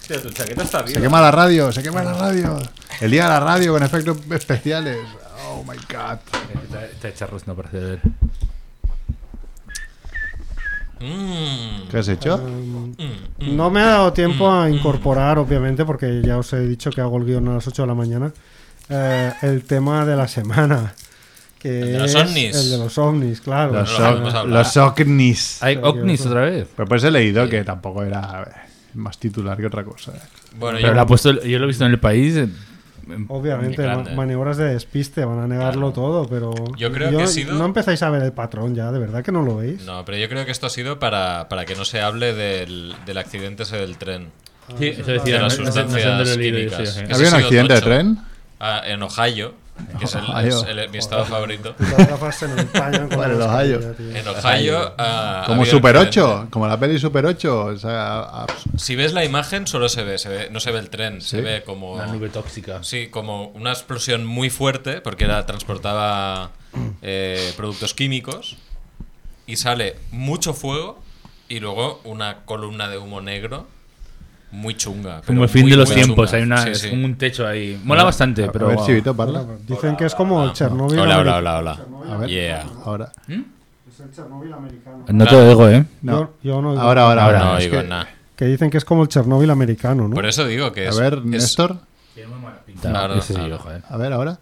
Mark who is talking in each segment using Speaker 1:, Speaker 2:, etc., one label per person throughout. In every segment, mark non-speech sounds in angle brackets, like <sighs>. Speaker 1: Hostia, tu chaqueta está
Speaker 2: Se
Speaker 1: arriba.
Speaker 2: quema la radio, se quema la radio. El día de la radio con efectos especiales. Oh my god.
Speaker 3: Está, está charros, no parece de él.
Speaker 4: Mm,
Speaker 2: ¿Qué has hecho?
Speaker 5: Mm. No me ha dado tiempo a incorporar, obviamente, porque ya os he dicho que hago el guión a las 8 de la mañana, eh, el tema de la semana. Que
Speaker 4: de los
Speaker 5: es
Speaker 4: ovnis.
Speaker 5: El de los ovnis, claro.
Speaker 2: Los,
Speaker 4: no lo vamos a
Speaker 2: oc-
Speaker 4: hablar.
Speaker 2: los Ocnis.
Speaker 3: Hay ovnis otra vez.
Speaker 2: Pero pues he leído que tampoco era eh, más titular que otra cosa. eh.
Speaker 4: Bueno,
Speaker 3: Pero
Speaker 4: yo,
Speaker 3: lo ha puesto, yo lo he visto en el país. en- en-
Speaker 5: Obviamente,
Speaker 4: Muy
Speaker 5: ma-
Speaker 4: grande.
Speaker 5: maniobras de despiste, van a negarlo todo, pero.
Speaker 4: Yo creo que ha sido-
Speaker 5: No empezáis a ver el patrón ya, de verdad que no lo veis.
Speaker 4: no, pero yo creo que esto ha sido para, para que no se hable del, del accidente ese del tren.
Speaker 3: Ah, Sí, eso
Speaker 4: de
Speaker 3: decía.
Speaker 4: las
Speaker 3: no- no sé- no sé dónde lo he
Speaker 4: sustancias
Speaker 3: leído, yo,
Speaker 4: químicas.
Speaker 3: sí, sí.
Speaker 4: Ese
Speaker 2: ¿Había un
Speaker 4: ha sido
Speaker 2: accidente de
Speaker 4: tocho.
Speaker 2: tren?
Speaker 4: Ah, en Ohio, que es, el-
Speaker 2: Ohio.
Speaker 4: es el- mi estado
Speaker 2: <laughs>
Speaker 4: favorito.
Speaker 5: Las gafas se me empañan con la
Speaker 2: Vale, los
Speaker 5: mascarilla,
Speaker 2: hallo.
Speaker 5: tío.
Speaker 4: En Ohio. ah,
Speaker 2: Como
Speaker 4: había
Speaker 2: Super
Speaker 4: un
Speaker 2: 8, como la peli Super 8. o sea, abs-
Speaker 4: accidente. Si ves la imagen, solo se ve, se ve- no se ve el tren, se
Speaker 2: Sí.
Speaker 4: ve como.
Speaker 5: Oh.
Speaker 3: Una nube tóxica.
Speaker 4: Sí, como una explosión muy fuerte, porque era, transportaba eh, productos químicos y sale mucho fuego y luego una columna de humo negro muy chunga. pero
Speaker 3: Como el fin
Speaker 4: muy,
Speaker 3: de los
Speaker 4: muy
Speaker 3: tiempos,
Speaker 4: chunga.
Speaker 3: hay una,
Speaker 4: Sí,
Speaker 3: es
Speaker 4: sí.
Speaker 3: como un techo ahí. Mola bastante, pero.
Speaker 2: a ver
Speaker 3: wow.
Speaker 2: si Vito parla.
Speaker 5: Dicen que es como el Chernobyl.
Speaker 4: Hola, hola,
Speaker 5: ameri-
Speaker 4: hola, hola.
Speaker 2: A ver,
Speaker 4: Yeah.
Speaker 2: ahora.
Speaker 5: Es el Chernobyl americano.
Speaker 3: No te lo digo, ¿eh?
Speaker 2: No.
Speaker 5: Yo, yo no digo-
Speaker 2: Ahora, ahora, ahora.
Speaker 4: No
Speaker 2: Es
Speaker 4: digo
Speaker 2: que-
Speaker 4: nada.
Speaker 5: Que dicen que es como el Chernobyl americano, ¿no?
Speaker 4: Por eso digo que
Speaker 2: A
Speaker 4: es.
Speaker 2: ver,
Speaker 4: es-
Speaker 2: Néstor.
Speaker 4: Claro,
Speaker 3: Ese sí, eh.
Speaker 4: claro.
Speaker 3: joder.
Speaker 2: A ver, ahora.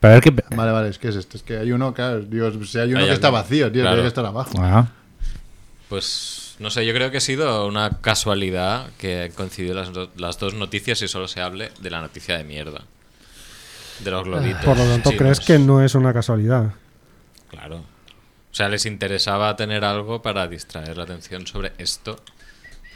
Speaker 3: Para ver qué.
Speaker 2: Vale, vale, es que es este. Es que hay uno, claro, Dios, si hay uno
Speaker 4: Hay
Speaker 2: que está
Speaker 4: alguien.
Speaker 2: vacío, tío,
Speaker 4: Claro.
Speaker 2: tiene que estar abajo.
Speaker 3: Ajá.
Speaker 4: Pues no sé, yo creo que ha sido una casualidad que coincidió las, do- las dos noticias y solo se hable de la noticia de mierda. De los globitos.
Speaker 5: Ah, Por lo tanto,
Speaker 4: chinos.
Speaker 5: crees que no es una casualidad.
Speaker 4: Claro. O sea, les interesaba tener algo para distraer la atención sobre esto,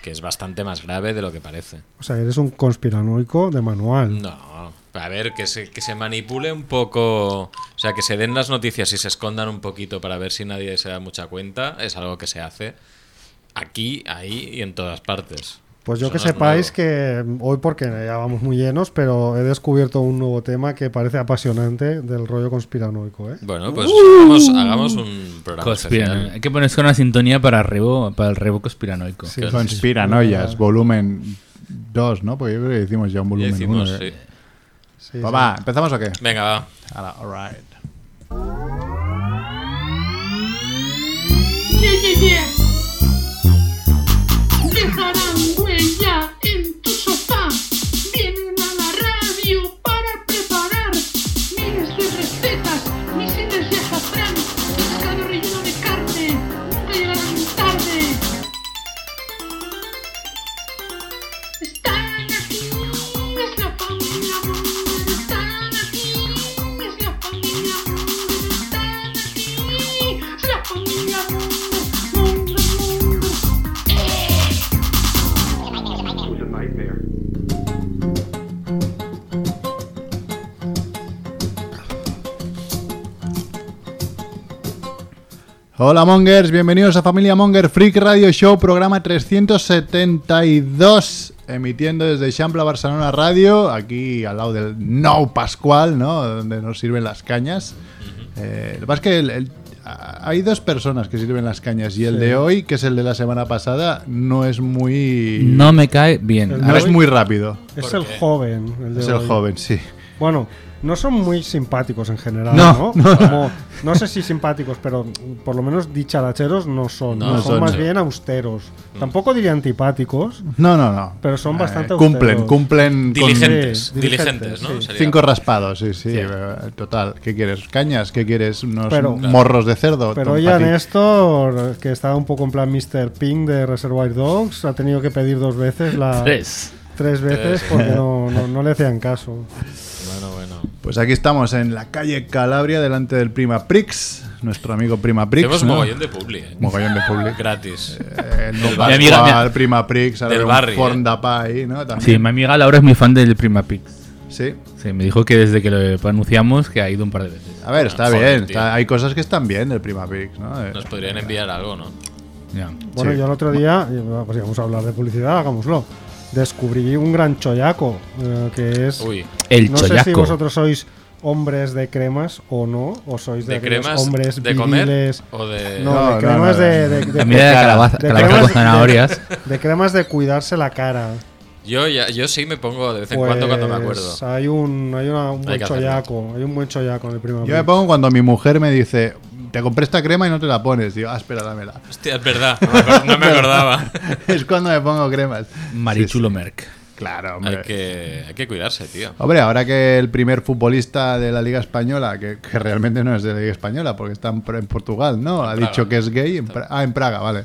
Speaker 4: que es bastante más grave de lo que parece.
Speaker 5: O sea, eres un conspiranoico de manual.
Speaker 4: No, a ver, que se, que se manipule un poco, o sea, que se den las noticias y se escondan un poquito para ver si nadie se da mucha cuenta, es algo que se hace aquí, ahí y en todas partes.
Speaker 5: Pues yo
Speaker 4: Eso
Speaker 5: que
Speaker 4: no es
Speaker 5: sepáis
Speaker 4: nuevo.
Speaker 5: que mm, hoy, porque ya vamos muy llenos, pero he descubierto un nuevo tema que parece apasionante del rollo conspiranoico, ¿eh?
Speaker 4: Bueno, pues hagamos, hagamos un programa
Speaker 3: Conspiran.
Speaker 4: especial.
Speaker 3: Hay que ponerse una sintonía para, rebo, para el rebo conspiranoico.
Speaker 5: Sí.
Speaker 2: Conspiranoias, volumen 2, ¿no? Porque yo creo que hicimos ya un
Speaker 4: Ya
Speaker 2: volumen 1.
Speaker 4: hicimos, sí.
Speaker 5: Sí, sí.
Speaker 2: Papá, ¿empezamos o qué?
Speaker 4: Venga, va.
Speaker 2: Ala, all right.
Speaker 6: Yeah, yeah, yeah. Dejarán huella en tu sofá. Vienen a la radio para preparar miles de recetas, misiles de azafrán, pescado relleno de carne. Nunca llegarán tarde. Están aquí, es la familia Munger. Están aquí, es la familia Munger. Están aquí, es la familia Munger. Munger, Eh. Munger.
Speaker 2: Hola Mongers, bienvenidos a Familia Monger Freak Radio Show, programa 372, emitiendo desde Champla Barcelona Radio, aquí al lado del No Pascual, ¿no? Donde nos sirven las cañas. Eh, lo que pasa es que el- el- a- hay dos personas que sirven las cañas y el de hoy, que es el de la semana pasada, no es muy...
Speaker 3: No me cae bien. Ah,
Speaker 5: El
Speaker 2: no
Speaker 3: A ver,
Speaker 2: es muy rápido.
Speaker 5: Es
Speaker 4: ¿Por
Speaker 5: el
Speaker 4: qué?
Speaker 5: joven. El de
Speaker 2: Es el
Speaker 5: hoy.
Speaker 2: joven, sí.
Speaker 5: Bueno, no son muy simpáticos en general,
Speaker 2: No,
Speaker 5: ¿no?
Speaker 2: no.
Speaker 5: Como- no sé si simpáticos, pero mm, por lo menos dicharacheros no son.
Speaker 4: No, Mm.
Speaker 5: No, son,
Speaker 2: son,
Speaker 5: más
Speaker 2: sí.
Speaker 5: bien austeros. Tampoco diría antipáticos.
Speaker 2: No, no, no. Eh,
Speaker 5: Pero son bastante
Speaker 2: Cumplen,
Speaker 5: austeros.
Speaker 2: cumplen... con-
Speaker 4: Diligentes,
Speaker 5: Sí,
Speaker 4: diligentes,
Speaker 5: diligentes,
Speaker 4: ¿no?
Speaker 5: sí.
Speaker 4: Sería-
Speaker 2: Cinco raspados, sí, sí. eh, Total, ¿qué quieres? ¿Cañas? ¿Qué quieres? ¿Unos
Speaker 5: Pero-
Speaker 2: morros de cerdo?
Speaker 5: Pero
Speaker 2: Tom
Speaker 5: ya
Speaker 2: Patty.
Speaker 5: Néstor, que estaba un poco en plan Mr. Ping de Reservoir Dogs, ha tenido que pedir dos veces la.
Speaker 3: Tres.
Speaker 5: tres
Speaker 4: Eh.
Speaker 5: veces porque no, no, no le hacían caso.
Speaker 4: Bueno, bueno.
Speaker 2: Pues aquí estamos en la calle Calabria, delante del Prima Prix, nuestro amigo Prima Prix.
Speaker 4: Tenemos
Speaker 2: ¿no?
Speaker 4: mogollón de publi, ¿eh?
Speaker 2: Mogollón de público.
Speaker 4: <laughs> Gratis.
Speaker 2: Eh, no
Speaker 3: Mi amiga-
Speaker 2: Pascual,
Speaker 3: mi-
Speaker 2: Prima Prix, ahora
Speaker 4: Del
Speaker 2: veo un
Speaker 4: barrio,
Speaker 2: Fondapá ahí, ¿no?
Speaker 3: Sí,
Speaker 2: También.
Speaker 3: mi amiga Laura es muy fan del Primapix.
Speaker 2: Sí.
Speaker 3: Sí, me dijo que desde que lo anunciamos que ha ido un par de veces.
Speaker 2: A ver, está
Speaker 4: Ah, Joder,
Speaker 2: bien.
Speaker 4: tío.
Speaker 2: está- hay cosas que están bien del Prima Prix, ¿no? Eh,
Speaker 4: Nos podrían enviar algo, ¿no?
Speaker 3: Ya.
Speaker 5: Bueno,
Speaker 2: Sí.
Speaker 5: yo el otro día, y, bueno, pues si vamos a hablar de publicidad, hagámoslo. Descubrí un gran chollaco, eh, que es...
Speaker 4: Uy.
Speaker 3: El
Speaker 5: no sé si
Speaker 3: chollaco.
Speaker 5: vosotros sois hombres de cremas o no, o sois de,
Speaker 4: ¿De
Speaker 5: aquellos
Speaker 4: cremas?
Speaker 5: hombres
Speaker 4: ¿De comer? Eh,
Speaker 5: viriles.
Speaker 4: ¿O de.?
Speaker 5: No,
Speaker 2: No,
Speaker 5: de
Speaker 2: no,
Speaker 5: cremas
Speaker 2: no, no,
Speaker 5: de...
Speaker 2: no.
Speaker 5: de- de-
Speaker 3: Comida de calabaza,
Speaker 5: <laughs> de
Speaker 3: calabaza con
Speaker 5: cremas-
Speaker 3: zanahorias.
Speaker 5: de cremas de cuidarse la cara.
Speaker 4: Yo, ya, yo sí me pongo de vez en
Speaker 5: Pues
Speaker 4: cuando cuando me acuerdo.
Speaker 5: Hay un, hay una- un
Speaker 4: Hay
Speaker 5: buen
Speaker 4: que
Speaker 5: chollaco, hay un buen chollaco en el primer
Speaker 2: Yo me pongo cuando mi mujer me dice, te compré esta crema y no te la pones. Digo, ah, espera, dámela.
Speaker 4: Hostia, es verdad, no me acor- no me
Speaker 5: <laughs>
Speaker 4: acordaba.
Speaker 2: <laughs> es cuando me pongo cremas.
Speaker 3: Marichulo Merck.
Speaker 2: Claro,
Speaker 4: Hay
Speaker 2: hombre.
Speaker 4: que, hay que cuidarse, tío.
Speaker 2: Hombre, ahora que el primer futbolista de la Liga Española, que, que realmente no es de la Liga Española, porque está en, en Portugal, ¿no? Ha
Speaker 4: Praga.
Speaker 2: dicho que es gay. en Pra- ah, en Praga, vale.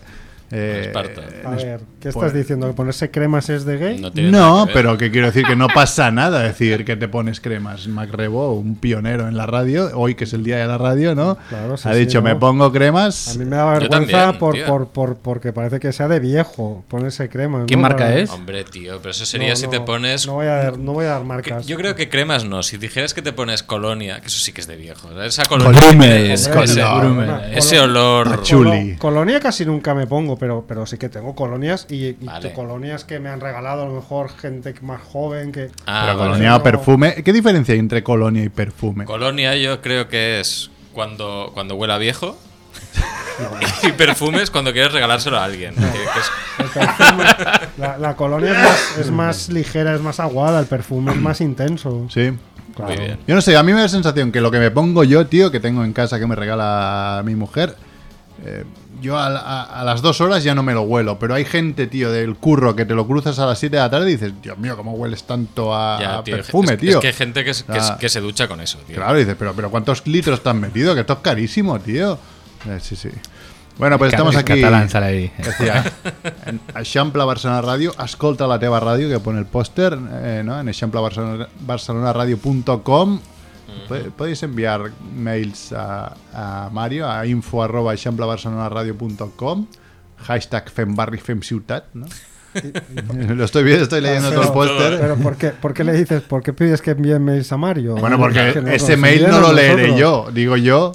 Speaker 2: Eh,
Speaker 4: Esparta.
Speaker 5: A ver, ¿qué
Speaker 2: Pues-
Speaker 5: estás diciendo? ¿Que ponerse cremas es de gay?
Speaker 4: No, tiene nada
Speaker 2: No,
Speaker 4: que ver.
Speaker 2: pero que quiero decir que no pasa nada decir que te pones cremas. Macrebo, un pionero en la radio, hoy que es el día de la radio, ¿no?
Speaker 5: Claro, sí,
Speaker 2: ha
Speaker 5: sí,
Speaker 2: dicho,
Speaker 5: ¿no?
Speaker 2: me pongo cremas.
Speaker 5: A mí me da vergüenza
Speaker 4: también,
Speaker 5: por,
Speaker 4: tío.
Speaker 5: por, por, porque parece que sea de viejo ponerse crema.
Speaker 3: ¿Qué
Speaker 5: ¿no?
Speaker 3: marca
Speaker 5: Para-
Speaker 3: es?
Speaker 4: Hombre, tío, pero eso
Speaker 5: Pues, No,
Speaker 4: sería si
Speaker 5: no,
Speaker 4: te pones.
Speaker 5: No voy a dar, no voy a dar
Speaker 4: que-
Speaker 5: marcas.
Speaker 4: yo creo que cremas no. Si dijeras que te pones colonia, que eso sí que es de viejo. ¿sabes? Esa colonia.
Speaker 3: Columen,
Speaker 4: que es-
Speaker 2: col-
Speaker 4: ese,
Speaker 2: columen.
Speaker 4: ese olor.
Speaker 2: Machu- chuli.
Speaker 5: colonia casi nunca me pongo, pero, pero sí que tengo colonias y, y
Speaker 4: Vale.
Speaker 5: colonias que me han regalado a lo mejor gente más joven que...
Speaker 4: Ah, vale.
Speaker 2: Pero colonia o perfume. ¿Qué diferencia hay entre colonia y perfume?
Speaker 4: Colonia yo creo que es cuando, cuando huela viejo. <laughs> y perfumes cuando quieres regalárselo a alguien. Que- que es-
Speaker 5: El perfume- la, la colonia es más, es más ligera, es más aguada, el perfume es más intenso.
Speaker 2: Sí.
Speaker 5: Claro.
Speaker 4: Muy bien.
Speaker 2: Yo no sé, a mí me da la sensación que lo que me pongo yo, tío, que tengo en casa que me regala mi mujer, eh, yo a, la- a- a las dos horas ya no me lo huelo, pero hay gente, tío, del curro que te lo cruzas a las 7 de la tarde y dices, Dios mío, ¿cómo hueles tanto a,
Speaker 4: ya,
Speaker 2: a
Speaker 4: tío,
Speaker 2: Ah, perfume,
Speaker 4: es,
Speaker 2: tío?
Speaker 4: Es que hay gente que, es- que es-
Speaker 2: Ah.
Speaker 4: que se ducha con eso, tío.
Speaker 2: Claro, dices, pero, pero ¿cuántos litros te has metido? Que esto es carísimo, tío. Eh, sí, sí. Bueno, pues estamos
Speaker 3: Es
Speaker 2: aquí.
Speaker 3: Catalán, sale ahí.
Speaker 2: Decía, en Eixample Barcelona Ràdio, escolta la teva ràdio, que pone el póster, eh, no? en eixamplebarcelonaradio.com
Speaker 4: Mm.
Speaker 2: Pod- Podéis enviar mails a, a Mario a info arroba eixamplebarcelonaradio.com hashtag fem barri fem ciutat no?
Speaker 5: <laughs>
Speaker 2: lo estoy viendo, estoy leyendo todo el póster
Speaker 5: Pero ¿por qué, por qué le dices, por qué pides que envíen mails a Mario?
Speaker 2: Bueno,
Speaker 5: Que
Speaker 2: porque
Speaker 5: nos
Speaker 2: ese
Speaker 5: los
Speaker 2: mail
Speaker 5: envíen
Speaker 2: no
Speaker 5: a
Speaker 2: lo leeré
Speaker 5: nosotros.
Speaker 2: yo, digo yo.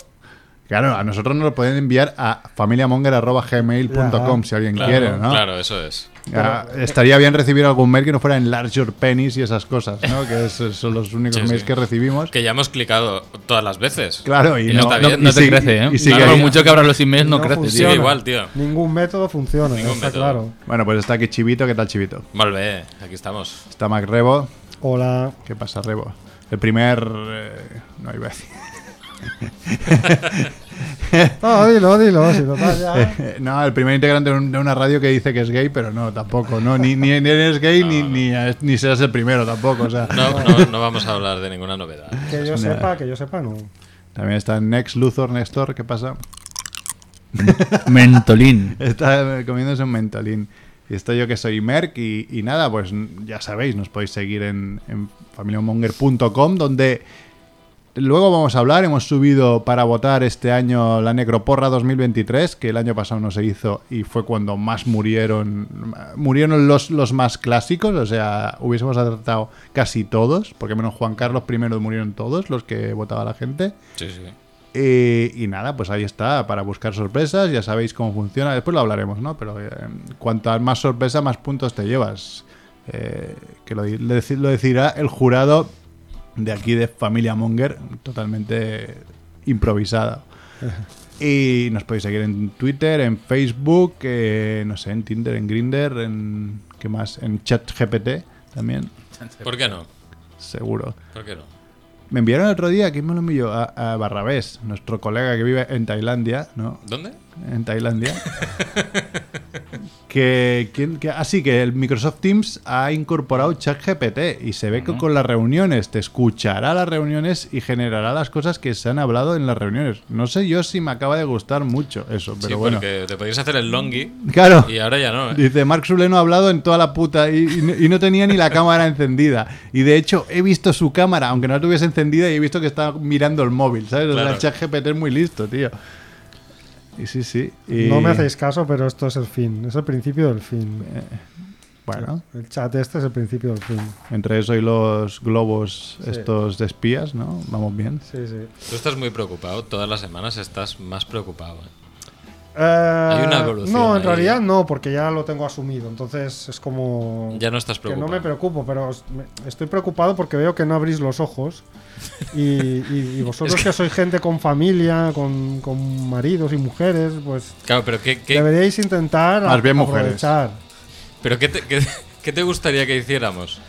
Speaker 2: Claro, a nosotros nos lo pueden enviar a familiamonger.gmail.com
Speaker 5: Ya.
Speaker 2: si alguien
Speaker 4: Claro,
Speaker 2: quiere, ¿no?
Speaker 4: claro, eso es.
Speaker 2: Ya, Ah, estaría bien recibir algún mail que no fuera enlarge your penis y esas cosas, ¿no? Que es- son los únicos
Speaker 4: Sí,
Speaker 2: mails
Speaker 4: sí.
Speaker 2: que recibimos.
Speaker 4: Que ya hemos clicado todas las veces.
Speaker 2: Claro, y
Speaker 4: Y
Speaker 2: no,
Speaker 4: está
Speaker 2: no-
Speaker 3: No,
Speaker 4: bien.
Speaker 2: y
Speaker 3: no te
Speaker 2: sigue-
Speaker 3: crece, ¿eh?
Speaker 2: y sigue
Speaker 3: Claro,
Speaker 2: ahí.
Speaker 3: por mucho que abras los emails, no,
Speaker 5: No
Speaker 3: crece, tío.
Speaker 5: funciona.
Speaker 4: Sigue igual, tío.
Speaker 5: Ningún método funciona,
Speaker 4: Ningún
Speaker 5: está
Speaker 4: método.
Speaker 5: claro.
Speaker 2: Bueno, pues está aquí Chivito, ¿qué tal Chivito?
Speaker 4: Mal ve, aquí estamos.
Speaker 2: Está Mac Rebo.
Speaker 5: Hola.
Speaker 2: ¿Qué pasa, Rebo? El primer... eh, no iba a decir. <laughs>
Speaker 5: No, Ah, dilo, dilo, si total ya.
Speaker 2: Eh, No, el primer integrante de un- de una radio que dice que es gay, pero no, tampoco, no, ni, ni ni eres gay ni, ni, ni serás el primero tampoco, o sea.
Speaker 4: No, no, no vamos a hablar de ninguna novedad.
Speaker 5: Que yo sepa, que yo sepa, no.
Speaker 2: También está Nex Luthor, Néstor, ¿qué pasa?
Speaker 3: Mentolín.
Speaker 2: <laughs> Está eh, comiéndose un mentolín. Y estoy yo que soy Merck y, y nada, pues n- ya sabéis, nos podéis seguir en, en familiamonger.com donde luego vamos a hablar, hemos subido para votar este año la Necroporra 2023, que el año pasado no se hizo y fue cuando más murieron, murieron los, los más clásicos, o sea, hubiésemos acertado casi todos, porque menos Juan Carlos I murieron todos los que votaba la gente.
Speaker 4: Sí, sí.
Speaker 2: Eh, y nada, pues ahí está, para buscar sorpresas, ya sabéis cómo funciona, después lo hablaremos, ¿no? Pero eh, cuanta más sorpresa, más puntos te llevas. Eh, que lo, di- lo deci- lo decirá el jurado de aquí de Familia Monger, totalmente improvisada. Y nos podéis seguir en Twitter, en Facebook, eh, no sé, en Tinder, en Grinder, en ¿qué más? En ChatGPT también,
Speaker 4: ¿Por qué no?
Speaker 2: seguro.
Speaker 4: ¿Por qué no?
Speaker 2: Me enviaron el otro día, ¿quién me lo envió? A, a Barrabés, nuestro colega que vive en Tailandia, ¿no?
Speaker 4: ¿Dónde?
Speaker 2: En Tailandia. que, ¿quién- que- así que el Microsoft Teams ha incorporado ChatGPT y se ve que con las reuniones te escuchará las reuniones y generará las cosas que se han hablado en las reuniones. No sé yo si me acaba de gustar mucho eso, pero
Speaker 4: sí,
Speaker 2: bueno.
Speaker 4: porque te podías hacer el longi
Speaker 2: Claro.
Speaker 4: y ahora ya no. ¿eh?
Speaker 2: Dice, Mark Zuleno ha hablado en toda la puta y, y no- y no tenía ni la cámara encendida. Y de hecho, he visto su cámara, aunque no la tuviese encendida, y he visto que estaba mirando el móvil, ¿sabes? O sea,
Speaker 4: Claro.
Speaker 2: el chat GPT es muy listo, tío. Y sí, sí. y-
Speaker 5: No me hacéis caso, pero esto es el fin. Es el principio del fin.
Speaker 2: Bueno,
Speaker 5: El chat este es el principio del fin.
Speaker 2: entre eso y los globos
Speaker 5: Sí.
Speaker 2: estos de espías, ¿no? Vamos bien.
Speaker 5: Sí, sí.
Speaker 4: Tú estás muy preocupado, todas las semanas estás más preocupado. ¿eh?
Speaker 5: Hay
Speaker 4: una evolución
Speaker 5: Eh, No, en
Speaker 4: ahí.
Speaker 5: realidad no, porque ya lo tengo asumido. Entonces es como.
Speaker 4: Ya no estás
Speaker 5: que no
Speaker 4: preocupado.
Speaker 5: me preocupo, pero os- me- estoy preocupado porque veo que no abrís los ojos. Y, y-
Speaker 4: <laughs>
Speaker 5: y vosotros que... sois gente con familia, con, con maridos y mujeres, pues
Speaker 4: Claro, pero ¿qué, qué-
Speaker 5: deberíais intentar
Speaker 2: Más bien mujeres.
Speaker 5: aprovechar.
Speaker 4: pero qué <laughs> te- qué- ¿Qué te gustaría que hiciéramos?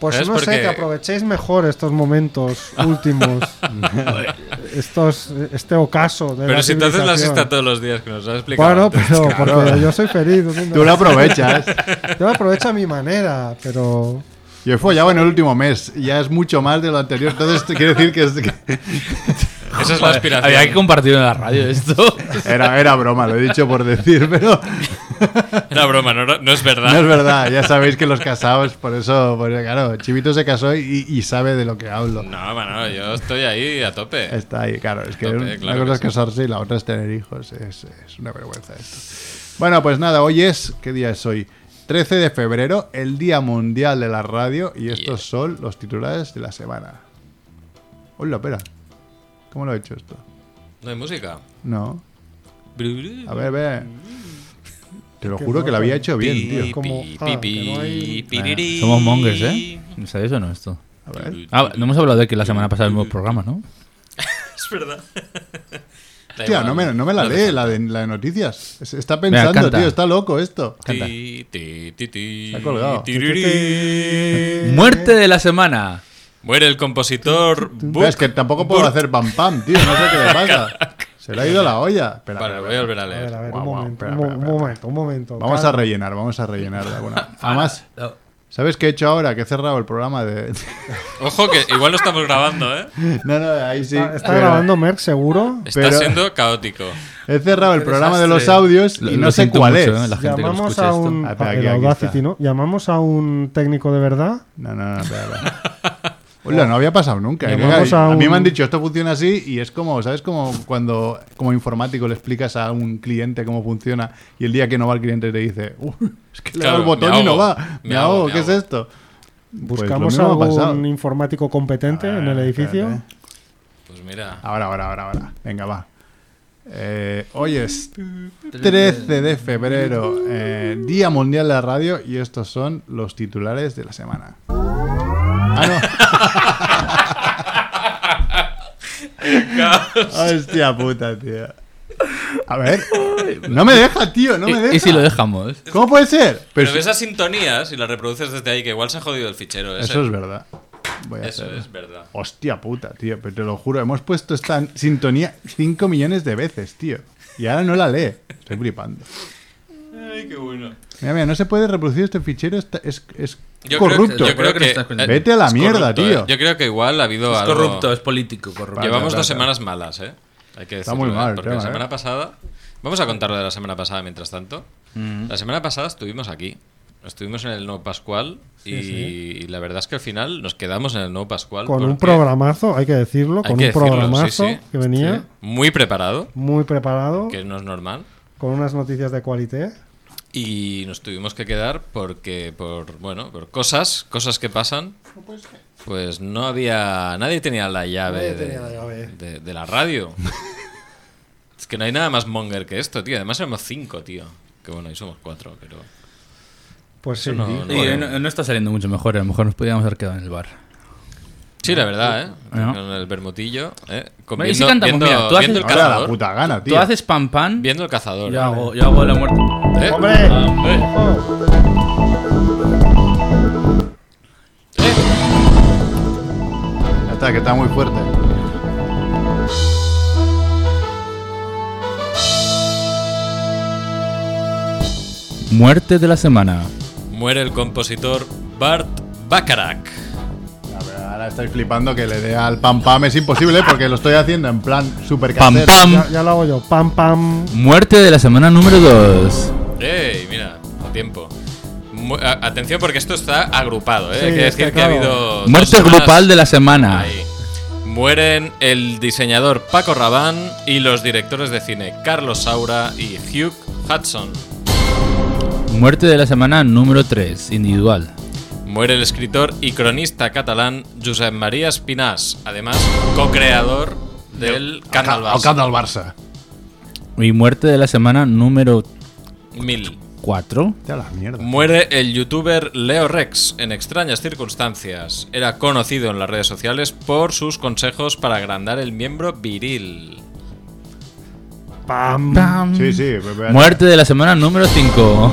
Speaker 5: Pues
Speaker 4: ¿Sabes
Speaker 5: no
Speaker 4: por
Speaker 5: sé,
Speaker 4: qué?
Speaker 5: que aprovechéis mejor estos
Speaker 2: <laughs>
Speaker 5: momentos últimos. estos, este ocaso de
Speaker 4: Pero
Speaker 5: la
Speaker 4: si te haces la
Speaker 5: civilización.
Speaker 4: siesta todos los días, que nos has explicado.
Speaker 5: Bueno,
Speaker 4: antes.
Speaker 5: pero
Speaker 4: Claro.
Speaker 5: porque yo soy feliz. ¿no?
Speaker 2: Tú lo aprovechas.
Speaker 5: Yo lo aprovecho a mi manera, pero.
Speaker 2: Yo he follado en el último mes. Ya es mucho más de lo anterior. Entonces, te quiero decir que, es- que-
Speaker 4: Esa es la
Speaker 3: Joder,
Speaker 4: aspiración.
Speaker 3: Había que compartirlo en la radio <laughs> esto.
Speaker 2: era, era broma, lo he dicho por decir, pero
Speaker 4: Era broma, no, no es verdad.
Speaker 2: no
Speaker 4: <laughs>
Speaker 2: es verdad. Ya sabéis que los casados, por eso, por- claro, Chivito se casó y, y sabe de lo que hablo.
Speaker 4: No, Manolo, yo estoy ahí a tope.
Speaker 2: Está ahí, claro. Es que
Speaker 4: Tope,
Speaker 2: un-
Speaker 4: claro
Speaker 2: una cosa
Speaker 4: que
Speaker 2: es casarse y la otra es tener hijos. Es, es una vergüenza esto. Bueno, pues nada, hoy es. ¿Qué día es hoy? 13 de febrero, el Día Mundial de la Radio, y estos son los titulares de la semana. Hola, espera. ¿Cómo lo he hecho esto?
Speaker 4: No hay música.
Speaker 2: No. A ver, ve. Te lo
Speaker 5: Qué
Speaker 2: juro que lo
Speaker 5: raro.
Speaker 2: había hecho bien, tío.
Speaker 4: Pi,
Speaker 5: Como-
Speaker 4: pi,
Speaker 5: ah,
Speaker 4: pi,
Speaker 5: que no
Speaker 4: pi,
Speaker 5: hay-
Speaker 4: piriri.
Speaker 3: Somos mongers, ¿eh? ¿Sabéis o no esto?
Speaker 2: A ver.
Speaker 3: Ah, no hemos hablado de que la semana pasada vimos programa, ¿no?
Speaker 4: Es verdad. Da
Speaker 2: Tía,
Speaker 4: igual.
Speaker 2: no me, no me la
Speaker 4: hace
Speaker 2: lee,
Speaker 4: falta.
Speaker 2: la de, la de noticias. Se- Está
Speaker 3: Venga,
Speaker 2: pensando,
Speaker 3: canta.
Speaker 2: tío, está loco esto.
Speaker 3: Canta.
Speaker 4: Ti, ti, ti, ti,
Speaker 2: Se ha colgado.
Speaker 4: tiriri.
Speaker 3: Muerte de la semana.
Speaker 4: Muere el compositor. Buck.
Speaker 2: Es que tampoco puedo hacer pam pam, tío. No sé qué
Speaker 4: <laughs>
Speaker 2: le pasa. Se le ha ido la olla. Espera,
Speaker 4: Vale,
Speaker 2: espera,
Speaker 4: voy a volver a
Speaker 5: A ver, a
Speaker 4: leer.
Speaker 2: Guau,
Speaker 5: ver, un,
Speaker 2: guau,
Speaker 5: momento,
Speaker 2: espera,
Speaker 5: un, mo-
Speaker 2: espera,
Speaker 5: un
Speaker 2: espera.
Speaker 5: momento, un momento.
Speaker 2: Vamos a
Speaker 5: Calma.
Speaker 2: rellenar, vamos a rellenar de
Speaker 4: <laughs>
Speaker 2: alguna. Además,
Speaker 3: Ah,
Speaker 2: ¿sabes qué he hecho ahora? Que he cerrado el programa de. <laughs>
Speaker 4: Ojo, que igual lo estamos grabando, ¿eh?
Speaker 2: No, no, ahí sí.
Speaker 5: Está, está
Speaker 2: pero
Speaker 5: grabando Merck, seguro.
Speaker 4: Está
Speaker 2: Pero-
Speaker 4: siendo caótico.
Speaker 2: He cerrado el
Speaker 3: Qué
Speaker 2: programa de los
Speaker 3: desastre.
Speaker 2: audios
Speaker 3: Lo-
Speaker 2: y
Speaker 3: lo
Speaker 2: no sé
Speaker 3: siento
Speaker 2: cuál
Speaker 3: mucho,
Speaker 2: es.
Speaker 3: eh, la- gente que lo
Speaker 5: Llamamos
Speaker 3: escucha
Speaker 5: a
Speaker 3: esto.
Speaker 5: un.
Speaker 2: Ah, espera,
Speaker 5: el
Speaker 2: aquí, aquí
Speaker 5: Audacity,
Speaker 2: está.
Speaker 5: ¿no? Llamamos a un técnico de verdad.
Speaker 2: No, no, no, espera,
Speaker 4: <laughs>
Speaker 2: espera. Hola, no había pasado nunca. eh.
Speaker 5: Llamamos
Speaker 2: a, mí
Speaker 5: a
Speaker 2: me
Speaker 5: un-
Speaker 2: han dicho, esto funciona así y es como, ¿sabes? Como cuando como informático le explicas a un cliente cómo funciona y el día que no va el cliente te dice, "Uh, es que le
Speaker 4: Claro,
Speaker 2: da el botón
Speaker 4: me
Speaker 2: y no
Speaker 4: ahogo,
Speaker 2: va.
Speaker 4: me
Speaker 2: Me hago,
Speaker 4: ahogo, me
Speaker 2: ¿qué es
Speaker 4: ahogo".
Speaker 2: esto? Pues lo
Speaker 5: Buscamos
Speaker 2: mismo me ha
Speaker 5: a
Speaker 2: pasado.
Speaker 5: un informático competente en el
Speaker 2: Ah,
Speaker 5: edificio.
Speaker 2: espérate.
Speaker 4: Pues mira.
Speaker 2: Ahora, ahora, ahora, ahora. Venga, va. Eh, hoy es 13 de febrero, eh, Día Mundial de la Radio, y estos son los titulares de la semana. Ah, no. Hostia puta, tío. A ver. No me deja, tío, no
Speaker 3: ¿Y-
Speaker 2: me
Speaker 3: ¿Y, si lo
Speaker 2: deja.
Speaker 3: dejamos?
Speaker 2: ¿Cómo puede ser?
Speaker 4: Pero
Speaker 2: si-
Speaker 4: ves esas sintonías y las reproduces desde ahí, que igual se ha jodido el fichero ese.
Speaker 2: Eso es verdad. Voy a
Speaker 4: Eso
Speaker 2: hacer-
Speaker 4: es verdad.
Speaker 2: Hostia puta, tío, pero te lo juro, hemos puesto esta sintonía 5 millones de veces, tío. Y ahora no la lee. Estoy flipando.
Speaker 4: Ay, qué bueno.
Speaker 2: Mira, mira, no se puede reproducir este fichero, está- es, es
Speaker 4: Yo creo que-
Speaker 2: corrupto.
Speaker 4: yo creo que-
Speaker 3: Corrupto.
Speaker 2: Vete a la
Speaker 4: es
Speaker 2: mierda,
Speaker 4: corrupto,
Speaker 2: tío.
Speaker 4: ¿eh? Yo creo que igual ha habido
Speaker 3: Es
Speaker 4: algo.
Speaker 3: corrupto, es político, corrupto.
Speaker 4: Llevamos
Speaker 2: Plata,
Speaker 4: dos
Speaker 2: plata.
Speaker 4: semanas malas, ¿eh? Hay que decirlo,
Speaker 2: muy
Speaker 4: ¿eh?
Speaker 2: mal el
Speaker 4: Porque
Speaker 2: tema,
Speaker 4: la semana
Speaker 2: ¿eh?
Speaker 4: pasada. Vamos a contar lo de la semana pasada mientras tanto.
Speaker 5: Mm.
Speaker 4: La semana pasada estuvimos aquí. Estuvimos en el No Pascual y, y la verdad es que al final nos quedamos en el No Pascual.
Speaker 5: Con un
Speaker 4: porque
Speaker 5: programazo, hay que decirlo.
Speaker 4: Hay
Speaker 5: Con
Speaker 4: que
Speaker 5: un
Speaker 4: decirlo, sí,
Speaker 5: programazo
Speaker 4: sí.
Speaker 5: que venía
Speaker 4: Muy preparado,
Speaker 5: muy preparado.
Speaker 4: que no es normal.
Speaker 5: Con unas noticias de cualité.
Speaker 4: Y nos tuvimos que quedar porque, por bueno, por cosas, cosas que pasan. Pues no había. Nadie tenía la llave,
Speaker 5: Nadie
Speaker 4: de,
Speaker 5: tenía la llave.
Speaker 4: de- de la radio. <laughs> es que no hay nada más monger que esto, tío. Además, éramos cinco, tío. Que bueno, ahí somos cuatro, pero.
Speaker 5: Pues sí.
Speaker 4: Eso no-
Speaker 3: Y, eh, no, no está saliendo mucho mejor, a lo mejor nos podíamos haber quedado en el bar.
Speaker 4: Sí, la verdad, ¿eh?
Speaker 3: Bueno.
Speaker 4: Con el bermutillo, ¿eh? Con-
Speaker 3: Bueno, ¿y si cantamos? Mira, tú haces-
Speaker 4: viendo el
Speaker 2: Ahora la
Speaker 4: cazador.
Speaker 2: puta gana,
Speaker 3: Tú
Speaker 2: tío.
Speaker 3: haces pan pan,
Speaker 4: Viendo el cazador.
Speaker 3: yo hago, yo hago la muerte.
Speaker 4: ¿eh?
Speaker 5: ¡Hombre!
Speaker 4: ¡Hombre!
Speaker 5: Ojo,
Speaker 4: ¡Eh!
Speaker 2: Ya está, que está muy fuerte.
Speaker 3: Muerte de la semana.
Speaker 4: Muere el compositor Bart Bacharach.
Speaker 2: Ya, pero Ahora estoy flipando que le dé al pam pam. Es imposible porque lo estoy haciendo en plan super
Speaker 3: Pam
Speaker 2: casero.
Speaker 3: pam.
Speaker 5: Ya, ya lo hago yo. Pam, pam.
Speaker 3: Muerte de la semana número 2.
Speaker 4: ¡Ey! Mira, a tiempo. Mu- a- atención porque esto está agrupado, ¿eh?
Speaker 5: Sí,
Speaker 4: Hay que
Speaker 5: es que
Speaker 4: decir que ha
Speaker 5: claro.
Speaker 4: habido. dos
Speaker 3: Muerte
Speaker 4: semanas-
Speaker 3: grupal de la semana.
Speaker 4: Ahí. Mueren el diseñador Paco Rabán y los directores de cine Carlos Saura y Hugh Hudson.
Speaker 3: Muerte de la semana número 3, individual.
Speaker 4: Muere el escritor y cronista catalán Josep María Espinàs, además co-creador del Canal
Speaker 2: Al
Speaker 4: Barça.
Speaker 2: Canal Barça.
Speaker 3: Y muerte de la semana número
Speaker 4: Mil.
Speaker 3: 4.
Speaker 2: Te a la mierda.
Speaker 4: Muere el youtuber Leo Rex en extrañas circunstancias. Era conocido en las redes sociales por sus consejos para agrandar el miembro viril.
Speaker 5: Pam.
Speaker 2: Sí, pues, sí. pero-
Speaker 3: Muerte de la semana número 5.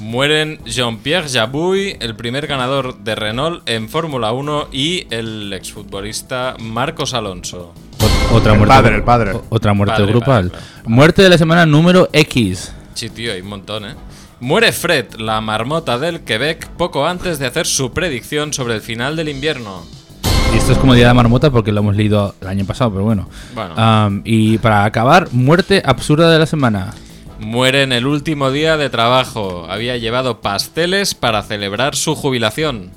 Speaker 4: Mueren Jean-Pierre Jabouille, el primer ganador de Renault en Fórmula 1 y el exfutbolista Marcos Alonso.
Speaker 3: Ot- Otra
Speaker 2: El
Speaker 3: muerte.
Speaker 2: padre, el padre.
Speaker 3: o- Otra muerte
Speaker 4: Padre,
Speaker 3: grupal.
Speaker 4: padre, padre.
Speaker 3: Muerte de la semana número X.
Speaker 4: Sí, tío, hay un montón, ¿eh? Muere Fred, la marmota del Quebec, poco antes de hacer su predicción sobre el final del invierno.
Speaker 3: Y esto es como Día de la Marmota porque lo hemos leído el año pasado, pero bueno.
Speaker 4: Bueno.
Speaker 3: Am, y para acabar, muerte absurda de la semana.
Speaker 4: Muere en el último día de trabajo. Había llevado pasteles para celebrar su jubilación.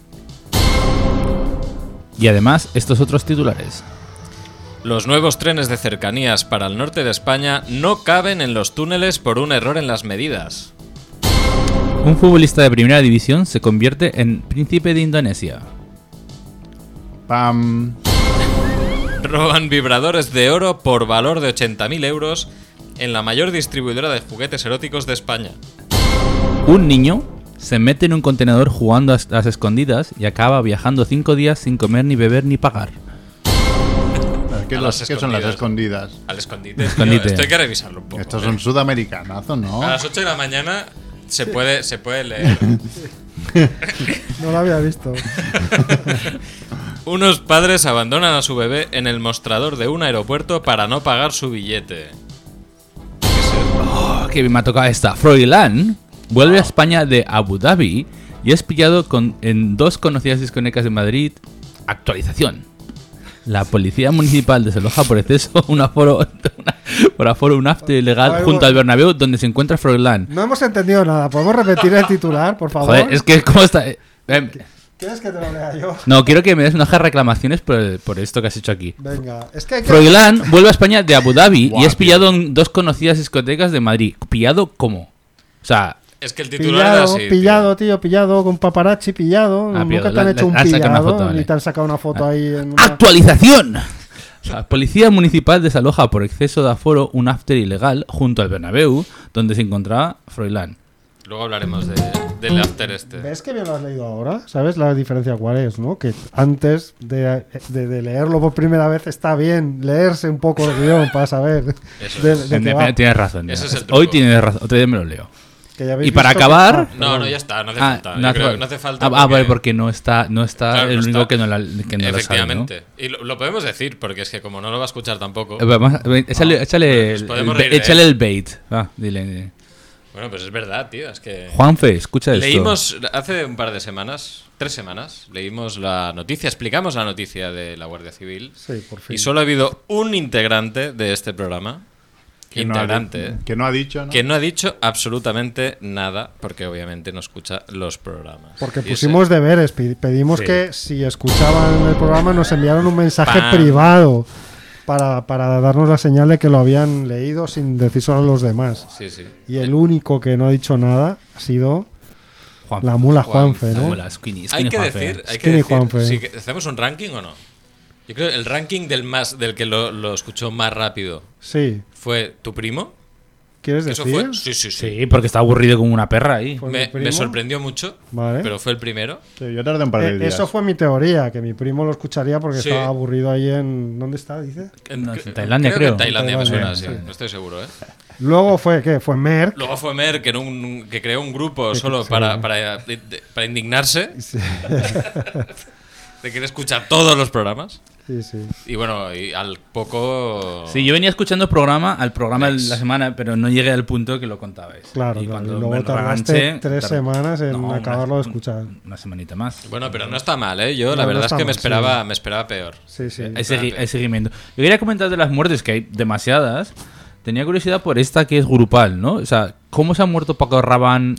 Speaker 3: Y además, estos otros titulares.
Speaker 4: Los nuevos trenes de cercanías para el norte de España no caben en los túneles por un error en las medidas.
Speaker 3: Un futbolista de primera división se convierte en príncipe de Indonesia.
Speaker 2: Pam.
Speaker 4: Roban vibradores de oro por valor de 80.000 euros en la mayor distribuidora de juguetes eróticos de España.
Speaker 3: Un niño se mete en un contenedor jugando a a las escondidas y acaba viajando cinco días sin comer ni beber ni pagar.
Speaker 2: ¿Qué,
Speaker 4: A
Speaker 2: las-
Speaker 4: las
Speaker 2: qué son las
Speaker 4: escondidas.
Speaker 2: escondidas?
Speaker 4: Al escondite. tío.
Speaker 3: Escondite.
Speaker 4: Esto hay que revisarlo un poco.
Speaker 2: Estos
Speaker 4: ¿eh? Ah,
Speaker 2: son sudamericanazos, ¿no?
Speaker 4: A las 8 de la mañana se puede, se puede leer.
Speaker 5: No lo había visto.
Speaker 4: Unos padres abandonan a su bebé en el mostrador de un aeropuerto para no pagar su billete.
Speaker 3: Oh, que me ha tocado esta. Froilán vuelve a España de Abu Dhabi y es pillado con, en dos conocidas discotecas de Madrid. Actualización. La policía municipal desaloja por exceso <laughs> un aforo, una- por aforo un after ilegal
Speaker 5: Algo-
Speaker 3: junto al Bernabéu donde se encuentra Froilán.
Speaker 5: No hemos entendido nada. ¿Podemos repetir el titular, por favor?
Speaker 3: Joder, es que cómo está... Eh, eh,
Speaker 5: ¿Quieres que te lo lea yo?
Speaker 3: no, quiero que me des una hoja de reclamaciones por, por esto que has hecho aquí.
Speaker 5: Venga, es que hay que...
Speaker 3: Froilán vuelve a España de Abu Dhabi y
Speaker 2: Guau,
Speaker 3: es pillado en dos conocidas discotecas de Madrid. ¿Pillado cómo? O sea,
Speaker 4: Es que el titular era
Speaker 5: Pillado,
Speaker 4: así. tío.
Speaker 5: pillado, tío, pillado, con paparazzi, pillado.
Speaker 3: Ah,
Speaker 5: Nunca
Speaker 3: pillado.
Speaker 5: te han
Speaker 3: Le-
Speaker 5: hecho
Speaker 3: le-
Speaker 5: un
Speaker 3: han sacado una
Speaker 5: pillado,
Speaker 3: foto,
Speaker 5: ni
Speaker 3: vale.
Speaker 5: te han sacado una
Speaker 4: Ah.
Speaker 5: foto ahí en
Speaker 3: Ah,
Speaker 5: una...
Speaker 3: ¡Actualización! La policía municipal desaloja por exceso de aforo un after ilegal junto al Bernabéu, donde se encontraba Froilán.
Speaker 4: Luego hablaremos de, del after este.
Speaker 5: ¿Ves que bien lo has leído ahora? ¿Sabes la diferencia cuál es, no? Que antes de, de- de leerlo por primera vez está bien leerse un poco el guión para saber <laughs>
Speaker 4: Eso
Speaker 5: de,
Speaker 4: es.
Speaker 5: de qué va.
Speaker 3: Tienes tienes razón.
Speaker 4: Ese
Speaker 3: tienes
Speaker 4: es el
Speaker 3: razón. Hoy
Speaker 4: truco.
Speaker 3: tienes razón. Otro día me lo leo.
Speaker 5: Que ya habéis
Speaker 3: Y para
Speaker 5: visto que-
Speaker 3: acabar-
Speaker 5: Ah,
Speaker 4: No,
Speaker 5: perdón.
Speaker 4: no, ya está, no hace
Speaker 3: Ah,
Speaker 4: falta. Yo creo que No hace falta.
Speaker 3: Ah, ah,
Speaker 4: porque-
Speaker 3: vale, porque no está, no está
Speaker 4: Claro,
Speaker 3: el
Speaker 4: no
Speaker 3: único
Speaker 4: está.
Speaker 3: que no, la, que no lo sabe, ¿no?
Speaker 4: Efectivamente. Y lo, lo podemos decir, porque es que como no lo va a escuchar tampoco.
Speaker 3: Eh, Vamos, a- ven, échale, échale,
Speaker 4: nos
Speaker 3: el,
Speaker 4: podemos
Speaker 3: el-
Speaker 4: reír ¿eh? de
Speaker 3: échale
Speaker 4: él.
Speaker 3: el bait. Va, dile.
Speaker 4: Bueno, pues es verdad, tío. Es que.
Speaker 3: Juanfe, escucha esto.
Speaker 4: Leímos hace un par de semanas, tres semanas, leímos la noticia, explicamos la noticia de la Guardia Civil.
Speaker 5: Sí, por fin.
Speaker 4: Y solo ha habido un integrante de este programa.
Speaker 2: Que no ha di-
Speaker 4: integrante, eh,
Speaker 2: que no ha dicho, ¿no?
Speaker 4: que no ha dicho absolutamente nada, porque obviamente no escucha los programas. Y
Speaker 5: Porque
Speaker 4: ese-
Speaker 5: pusimos deberes, pi- pedimos
Speaker 3: Sí.
Speaker 5: que si escuchaban el programa nos enviaran un mensaje
Speaker 4: Pam.
Speaker 5: privado para, para darnos la señal de que lo habían leído sin decírselo a los demás.
Speaker 4: Sí, sí.
Speaker 5: Y el único que no ha dicho nada ha sido
Speaker 3: Juanfe.
Speaker 5: la mula
Speaker 4: Juan-
Speaker 5: Juanfe,
Speaker 3: La
Speaker 5: ¿no?
Speaker 3: mula, skinny,
Speaker 4: Hay
Speaker 3: skinny
Speaker 4: que
Speaker 3: Juanfe.
Speaker 4: decir, hay que
Speaker 5: Skinny
Speaker 4: decir,
Speaker 5: Juanfe.
Speaker 4: si que- ¿hacemos un ranking o no? Yo creo que el ranking del más del que lo, lo escuchó más rápido
Speaker 5: Sí.
Speaker 4: fue tu primo.
Speaker 5: ¿Quieres
Speaker 4: que eso
Speaker 5: decir?
Speaker 4: fue, sí, sí, sí.
Speaker 3: Sí, porque está aburrido como una perra ahí.
Speaker 5: Fue mi
Speaker 4: Me,
Speaker 5: primo.
Speaker 4: me sorprendió mucho,
Speaker 5: Vale.
Speaker 4: pero fue el primero.
Speaker 2: Sí, yo tardé un par de
Speaker 5: Eh,
Speaker 2: días.
Speaker 5: eso fue mi teoría, que mi primo lo escucharía porque
Speaker 4: Sí.
Speaker 5: estaba aburrido ahí en... ¿Dónde está? Dice.
Speaker 3: No,
Speaker 4: Que-
Speaker 3: en Tailandia,
Speaker 4: que
Speaker 3: creo.
Speaker 4: en Tailandia me suena,
Speaker 5: Tailandia,
Speaker 4: sí.
Speaker 5: sí.
Speaker 4: No estoy seguro, ¿eh?
Speaker 5: Luego fue, ¿qué? Fue Merck.
Speaker 4: Luego fue Mer, que, era un- que creó un grupo
Speaker 5: Sí,
Speaker 4: solo
Speaker 5: sí.
Speaker 4: para, para, para indignarse <laughs> de querer escuchar todos los programas.
Speaker 5: Sí, sí.
Speaker 4: Y bueno, y al poco...
Speaker 3: Sí, yo venía escuchando el programa al programa de la semana, pero no llegué al punto que lo contabais.
Speaker 5: Claro,
Speaker 3: Y
Speaker 5: claro.
Speaker 3: cuando
Speaker 5: Y luego
Speaker 3: me
Speaker 5: tardaste
Speaker 3: reganché,
Speaker 5: tres
Speaker 3: tar-
Speaker 5: semanas en
Speaker 3: No, una-
Speaker 5: acabarlo de escuchar.
Speaker 3: Una semanita más.
Speaker 4: Bueno, pero no está mal, ¿eh? Yo
Speaker 5: No,
Speaker 4: la
Speaker 5: no
Speaker 4: verdad es
Speaker 5: está
Speaker 4: que me
Speaker 5: mal,
Speaker 4: esperaba, me esperaba peor.
Speaker 5: Sí, sí.
Speaker 3: Hay, segui- hay seguimiento. Yo quería comentar de las muertes, que hay demasiadas. Tenía curiosidad por esta que es grupal, ¿no? O sea, ¿cómo se han muerto Paco Rabanne,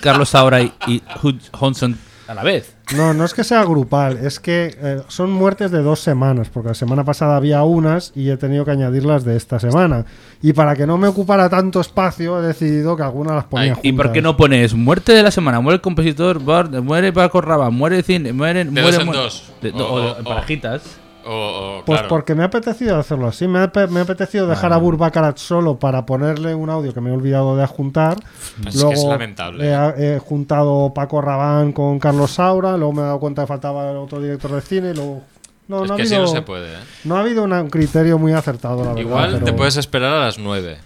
Speaker 3: Carlos Saura y, y Hud- Hudson a la vez?
Speaker 5: No, no es que sea grupal, es que eh, son muertes de dos semanas, porque la semana pasada había unas y he tenido que añadirlas de esta semana. Y para que no me ocupara tanto espacio, he decidido que algunas las ponía
Speaker 4: Ay,
Speaker 5: juntas.
Speaker 3: ¿Y por qué no pones muerte de la semana? Muere el compositor, Bar- muere Paco Rabanne, muere el cine, muere... muere,
Speaker 4: dos en
Speaker 3: muere-
Speaker 4: dos.
Speaker 3: De-
Speaker 4: O-
Speaker 3: o de-
Speaker 4: o-
Speaker 3: en
Speaker 4: o.
Speaker 3: parejitas.
Speaker 4: O, o,
Speaker 5: Pues
Speaker 4: claro. Ah.
Speaker 5: porque me ha apetecido hacerlo así, me ha, pe- me ha apetecido dejar a Burbacarat solo para ponerle un audio que me he olvidado de adjuntar.
Speaker 4: Es que es lamentable.
Speaker 5: He, a- he juntado Paco Rabán con Carlos Saura, luego me he dado cuenta que faltaba el otro director de cine, y luego... No,
Speaker 4: es
Speaker 5: no, ha
Speaker 4: que así
Speaker 5: habido, Ah,
Speaker 4: no se puede, ¿eh?
Speaker 5: no ha habido una- un criterio muy acertado, la verdad.
Speaker 4: Igual te
Speaker 5: pero-
Speaker 4: puedes esperar a las 9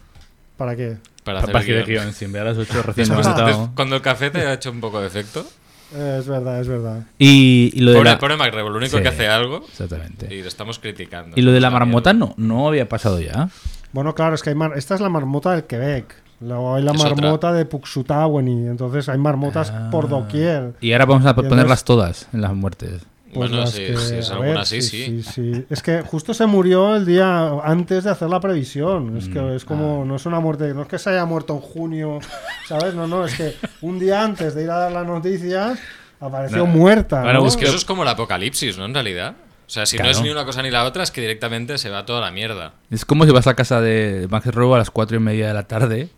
Speaker 5: ¿Para qué?
Speaker 4: para hacer
Speaker 3: Papá que
Speaker 4: el
Speaker 3: de
Speaker 4: guión. <laughs>
Speaker 3: guión, sin ver a las 8 recién
Speaker 4: Pues,
Speaker 3: levantado.
Speaker 4: Cuando el café te ha hecho un poco de efecto.
Speaker 5: Eh, es verdad, es verdad.
Speaker 3: Y, y lo de
Speaker 4: Pobre,
Speaker 3: la...
Speaker 4: pobre MacRebo, lo único
Speaker 3: Sí.
Speaker 4: que hace algo
Speaker 3: Exactamente.
Speaker 4: y lo estamos criticando.
Speaker 3: Y lo de la
Speaker 4: Es una
Speaker 3: marmota
Speaker 4: mierda.
Speaker 3: no, no había pasado ya.
Speaker 5: Bueno, claro, es que hay mar... esta es la marmota del Quebec. Luego hay la
Speaker 4: Es otra. Ah.
Speaker 5: marmota de Puxutaweni. Entonces hay marmotas por doquier.
Speaker 3: Y ahora vamos a
Speaker 5: Y
Speaker 3: ponerlas
Speaker 5: entonces-
Speaker 3: todas en las muertes.
Speaker 5: Pues
Speaker 4: Bueno,
Speaker 5: las
Speaker 4: si,
Speaker 5: que-
Speaker 4: si es
Speaker 5: a
Speaker 4: alguna
Speaker 5: ver,
Speaker 4: así, sí.
Speaker 5: sí. Es que justo se murió el día antes de hacer la previsión. Es
Speaker 4: Mm,
Speaker 5: que es
Speaker 4: ah.
Speaker 5: como, no es una muerte, no es que se haya muerto en junio, ¿sabes? No, no, es que un día antes de ir a dar las noticias apareció
Speaker 3: No.
Speaker 5: muerta.
Speaker 3: Ahora
Speaker 5: ¿no?
Speaker 4: Es que eso es como el apocalipsis, ¿no? En realidad. O sea, si no es
Speaker 3: Claro.
Speaker 4: ni una cosa ni la otra, es que directamente se va toda la mierda.
Speaker 3: Es como si vas a casa de Max Robo a las 4 y media de la tarde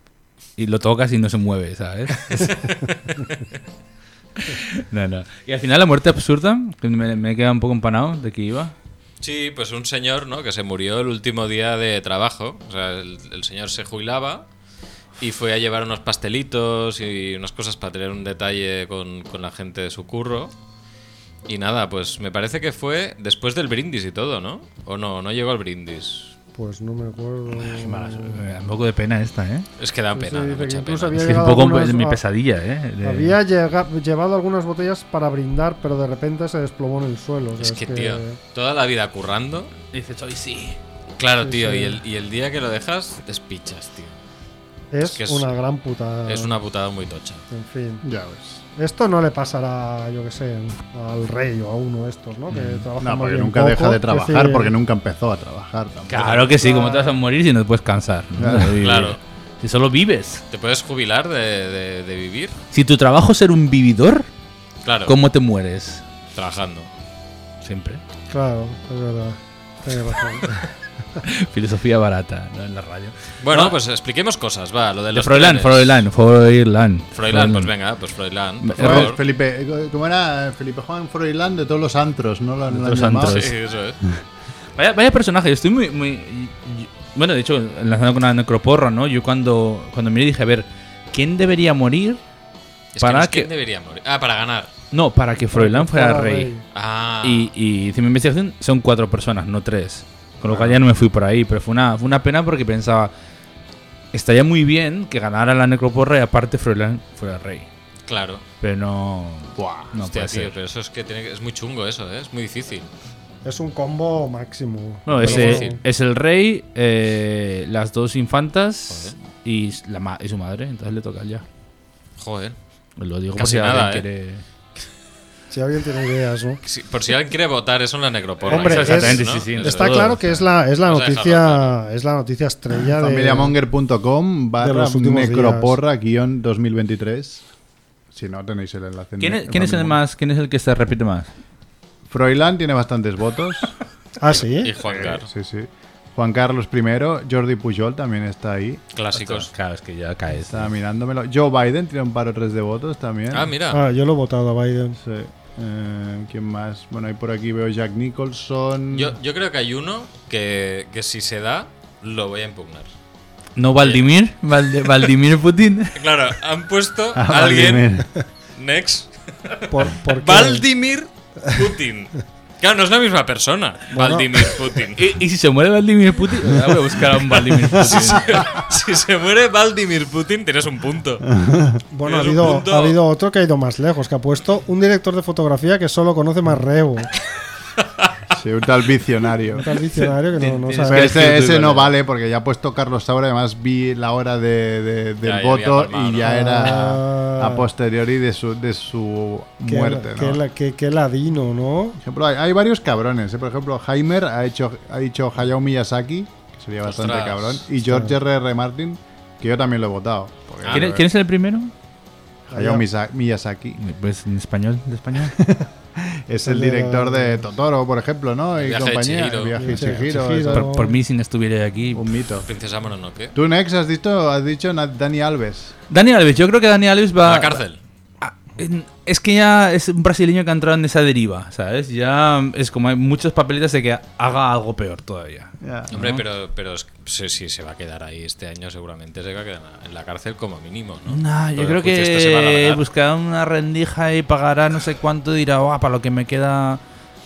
Speaker 3: y lo tocas y no se
Speaker 4: <laughs>
Speaker 3: mueve, ¿sabes? <laughs> no, no. Y al final la muerte absurda, que me, me he quedado un poco empanado de que iba.
Speaker 4: Sí, pues un señor, ¿no? Que se murió el último día de trabajo. O sea, el, el señor se jubilaba y fue a llevar unos pastelitos y unas cosas para tener un detalle con, con la gente de su curro. Y nada, pues me parece que fue después del brindis y todo, ¿no? O no, no llegó al brindis.
Speaker 5: Pues no me acuerdo.
Speaker 3: Me da un poco de pena esta, ¿eh?
Speaker 4: Es que da
Speaker 5: Sí, sí,
Speaker 4: pena, da
Speaker 5: dice que
Speaker 4: mucha
Speaker 5: incluso
Speaker 4: pena.
Speaker 3: Es que es
Speaker 5: Había
Speaker 3: un
Speaker 5: llegado
Speaker 3: poco
Speaker 5: algunas-
Speaker 3: pues, mi
Speaker 5: ah,
Speaker 3: pesadilla, ¿eh? De-
Speaker 5: Había llega- llevado algunas botellas para brindar, pero de repente se desplomó en el suelo. o sea,
Speaker 4: Es que, tío, toda la vida currando.
Speaker 3: Dices, hoy sí.
Speaker 4: Claro,
Speaker 5: Sí,
Speaker 4: tío,
Speaker 5: sí.
Speaker 4: y el, y el día que lo dejas, despichas, tío.
Speaker 5: es,
Speaker 4: es que es-
Speaker 5: una gran puta.
Speaker 4: Es una putada muy tocha.
Speaker 5: En fin.
Speaker 2: Ya ves.
Speaker 5: Esto no le pasará, yo que sé, al rey o a uno de estos, ¿no? Que trabaja
Speaker 2: Mm. No,
Speaker 5: más
Speaker 2: porque
Speaker 5: bien
Speaker 2: nunca
Speaker 5: poco.
Speaker 2: deja de
Speaker 5: Es
Speaker 2: trabajar,
Speaker 5: decir,
Speaker 2: porque nunca empezó a trabajar. tampoco.
Speaker 3: Claro que sí, como te vas a morir si no te puedes cansar. ¿no?
Speaker 2: Claro.
Speaker 3: De vivir.
Speaker 4: Claro.
Speaker 3: Si solo vives.
Speaker 4: ¿Te puedes jubilar de, de- de vivir?
Speaker 3: Si tu trabajo es ser un vividor,
Speaker 4: Claro,
Speaker 3: ¿cómo te mueres?
Speaker 4: trabajando.
Speaker 3: Siempre. <laughs>
Speaker 5: Claro, es verdad. Tienes
Speaker 2: <laughs>
Speaker 5: razón.
Speaker 3: Filosofía barata, ¿no? En la radio.
Speaker 4: Bueno,
Speaker 3: No.
Speaker 4: pues expliquemos cosas, va, lo de
Speaker 3: Ah. De
Speaker 4: los
Speaker 3: Froilán,
Speaker 4: trenes.
Speaker 3: Froilán, Froilán.
Speaker 4: Froilán, pues venga, pues Froilán. por
Speaker 3: Me-
Speaker 2: Joder,
Speaker 4: favor.
Speaker 2: Felipe, eh, ¿cómo era Felipe Juan Froilán de todos los antros? ¿No lo, han-
Speaker 3: De
Speaker 2: lo han
Speaker 3: todos los
Speaker 2: llamado?
Speaker 3: antros.
Speaker 4: Ah, Sí, eso es.
Speaker 3: Vaya, vaya personaje, yo estoy muy, muy. y- y- Bueno, de hecho, enlazando con la necroporra, ¿no? Yo cuando, cuando miré dije, a ver, ¿quién debería morir?
Speaker 4: Es
Speaker 3: Para
Speaker 4: que, no es
Speaker 3: que-
Speaker 4: quién debería morir. Ah, para ganar.
Speaker 3: No, para que Froilán fuera rey.
Speaker 4: Ah,
Speaker 3: Y, y hice mi investigación, son cuatro personas, no tres. Con lo cual ya no me fui por ahí, pero fue una, fue una pena porque pensaba, estaría muy bien que ganara la necroporra y aparte Froilán fuera rey.
Speaker 4: claro.
Speaker 3: Pero no.
Speaker 2: Buah.
Speaker 3: No
Speaker 4: Hostia,
Speaker 3: puede
Speaker 4: tío,
Speaker 3: ser.
Speaker 4: pero eso es que tiene que- es muy chungo eso, ¿eh? es muy difícil.
Speaker 5: Es un combo máximo.
Speaker 3: No,
Speaker 5: Pero
Speaker 3: es,
Speaker 4: ese-
Speaker 3: eh,
Speaker 5: bueno,
Speaker 3: es el rey, eh, las dos infantas y, la ma- y su madre, entonces le toca ya.
Speaker 4: Joder.
Speaker 3: Lo digo
Speaker 4: Casi
Speaker 3: por si
Speaker 4: nada, eh.
Speaker 3: alguien quiere.
Speaker 5: Si alguien tiene ideas, ¿no?
Speaker 4: Si- por si alguien quiere votar, eso en la necroporra.
Speaker 5: Hombre,
Speaker 4: Eso
Speaker 5: exactamente,
Speaker 4: ¿no?
Speaker 3: sí, sí,
Speaker 4: Eso
Speaker 5: Está
Speaker 4: es.
Speaker 3: todo,
Speaker 5: claro que es la, es la
Speaker 4: Vamos a dejarlo
Speaker 5: noticia es la noticia estrella de
Speaker 2: Familiamonger.com
Speaker 5: de
Speaker 2: barra
Speaker 5: los últimos
Speaker 2: necroporra guión 2023. Si no tenéis el enlace. en
Speaker 3: ¿Quién es,
Speaker 2: en
Speaker 3: quién es el
Speaker 2: Familiamonger.
Speaker 3: más? ¿Quién es el que se repite más?
Speaker 2: Froilán tiene bastantes votos.
Speaker 5: Ah,
Speaker 4: Y
Speaker 5: sí.
Speaker 4: Juan Carlos,
Speaker 2: Sí, sí. Juan Carlos I, Jordi Pujol también está ahí.
Speaker 4: clásicos.
Speaker 3: Claro, es que ya caes.
Speaker 2: Estaba mirándomelo. Joe Biden tiene un par o tres de votos también.
Speaker 4: Ah, mira.
Speaker 5: Ah, yo lo he votado a Biden.
Speaker 2: Sí. Eh, ¿Quién más? Bueno, ahí por aquí veo Jack Nicholson.
Speaker 4: Yo, yo creo que hay uno que, que si se da, lo voy a impugnar.
Speaker 3: No Valdimir,
Speaker 4: <laughs>
Speaker 3: Valde- Valdimir Putin.
Speaker 4: Claro, han puesto
Speaker 2: Ah,
Speaker 4: a alguien.
Speaker 2: Vladimir.
Speaker 4: Next.
Speaker 5: Por, por qué?
Speaker 4: Vladimir Putin. Claro, no es la misma persona. Valdimir
Speaker 2: <laughs>
Speaker 4: Putin.
Speaker 3: ¿Y, y si se muere Valdimir Putin, Ah, voy a buscar a un Vladimir Putin.
Speaker 4: <laughs> si se muere Vladimir Putin, tienes un punto.
Speaker 5: Bueno, ha
Speaker 4: Es un
Speaker 5: habido,
Speaker 4: punto.
Speaker 5: ha habido otro que ha ido más lejos, que ha puesto un director de fotografía que solo conoce más
Speaker 4: <laughs>
Speaker 5: rebo.
Speaker 2: Sí, un tal
Speaker 5: <laughs>
Speaker 2: visionario.
Speaker 5: Un tal diccionario que no, no
Speaker 2: Pero
Speaker 3: Tienes
Speaker 5: sabe.
Speaker 3: que-
Speaker 2: ese,
Speaker 3: es
Speaker 2: ese
Speaker 3: YouTube,
Speaker 2: no
Speaker 3: vale.
Speaker 2: vale porque ya ha puesto Carlos Saura, además vi la hora de, de- del
Speaker 4: Ya, ya
Speaker 2: voto
Speaker 4: había palmado,
Speaker 2: y ya
Speaker 5: ¿no?
Speaker 2: era
Speaker 5: Ah.
Speaker 2: a posteriori de su, de su
Speaker 5: Qué-
Speaker 2: muerte.
Speaker 5: qué
Speaker 2: ¿no?
Speaker 5: la- qué- qué ladino, ¿no?
Speaker 2: Por ejemplo, hay, hay varios cabrones. ¿eh? Por ejemplo, Heimer ha, hecho, ha dicho Hayao Miyazaki, que sería bastante
Speaker 4: Ostras.
Speaker 2: cabrón, y George R.R. Martin, que yo también lo he votado. porque,
Speaker 4: Ah, eh.
Speaker 3: ¿Quién, es-
Speaker 2: eh,
Speaker 3: quién es el primero?
Speaker 2: Hayao Misa- Miyazaki
Speaker 3: Pues en español, de español.
Speaker 2: es el director de Totoro, por ejemplo, ¿no?
Speaker 4: El
Speaker 2: Y
Speaker 4: viaje de
Speaker 2: compañía.
Speaker 4: Chihiro.
Speaker 2: El viaje de
Speaker 5: Sí,
Speaker 2: Chihiro,
Speaker 5: Chihiro.
Speaker 2: eso,
Speaker 3: Por, por mí, si no estuviera aquí.
Speaker 2: Un mito.
Speaker 4: Princesa Mononoke.
Speaker 2: Tú, Nex, has dicho, has dicho Na- Dani Alves.
Speaker 3: Dani Alves, yo creo que Dani Alves va.
Speaker 4: A la cárcel.
Speaker 3: Ah, en- Es que ya es un brasileño que ha entrado en esa deriva, ¿sabes? Ya es como hay muchos papelitas de que haga algo peor todavía.
Speaker 2: Ya.
Speaker 4: Hombre, pero, pero es- sí, sí, se va a quedar ahí este año, seguramente se va a quedar en la cárcel como mínimo, ¿no?
Speaker 3: No, yo
Speaker 4: Porque
Speaker 3: creo
Speaker 4: el juicio este se va a
Speaker 3: que
Speaker 4: alargar.
Speaker 3: buscará una rendija y pagará no sé cuánto y dirá, "Buah, para lo que me queda.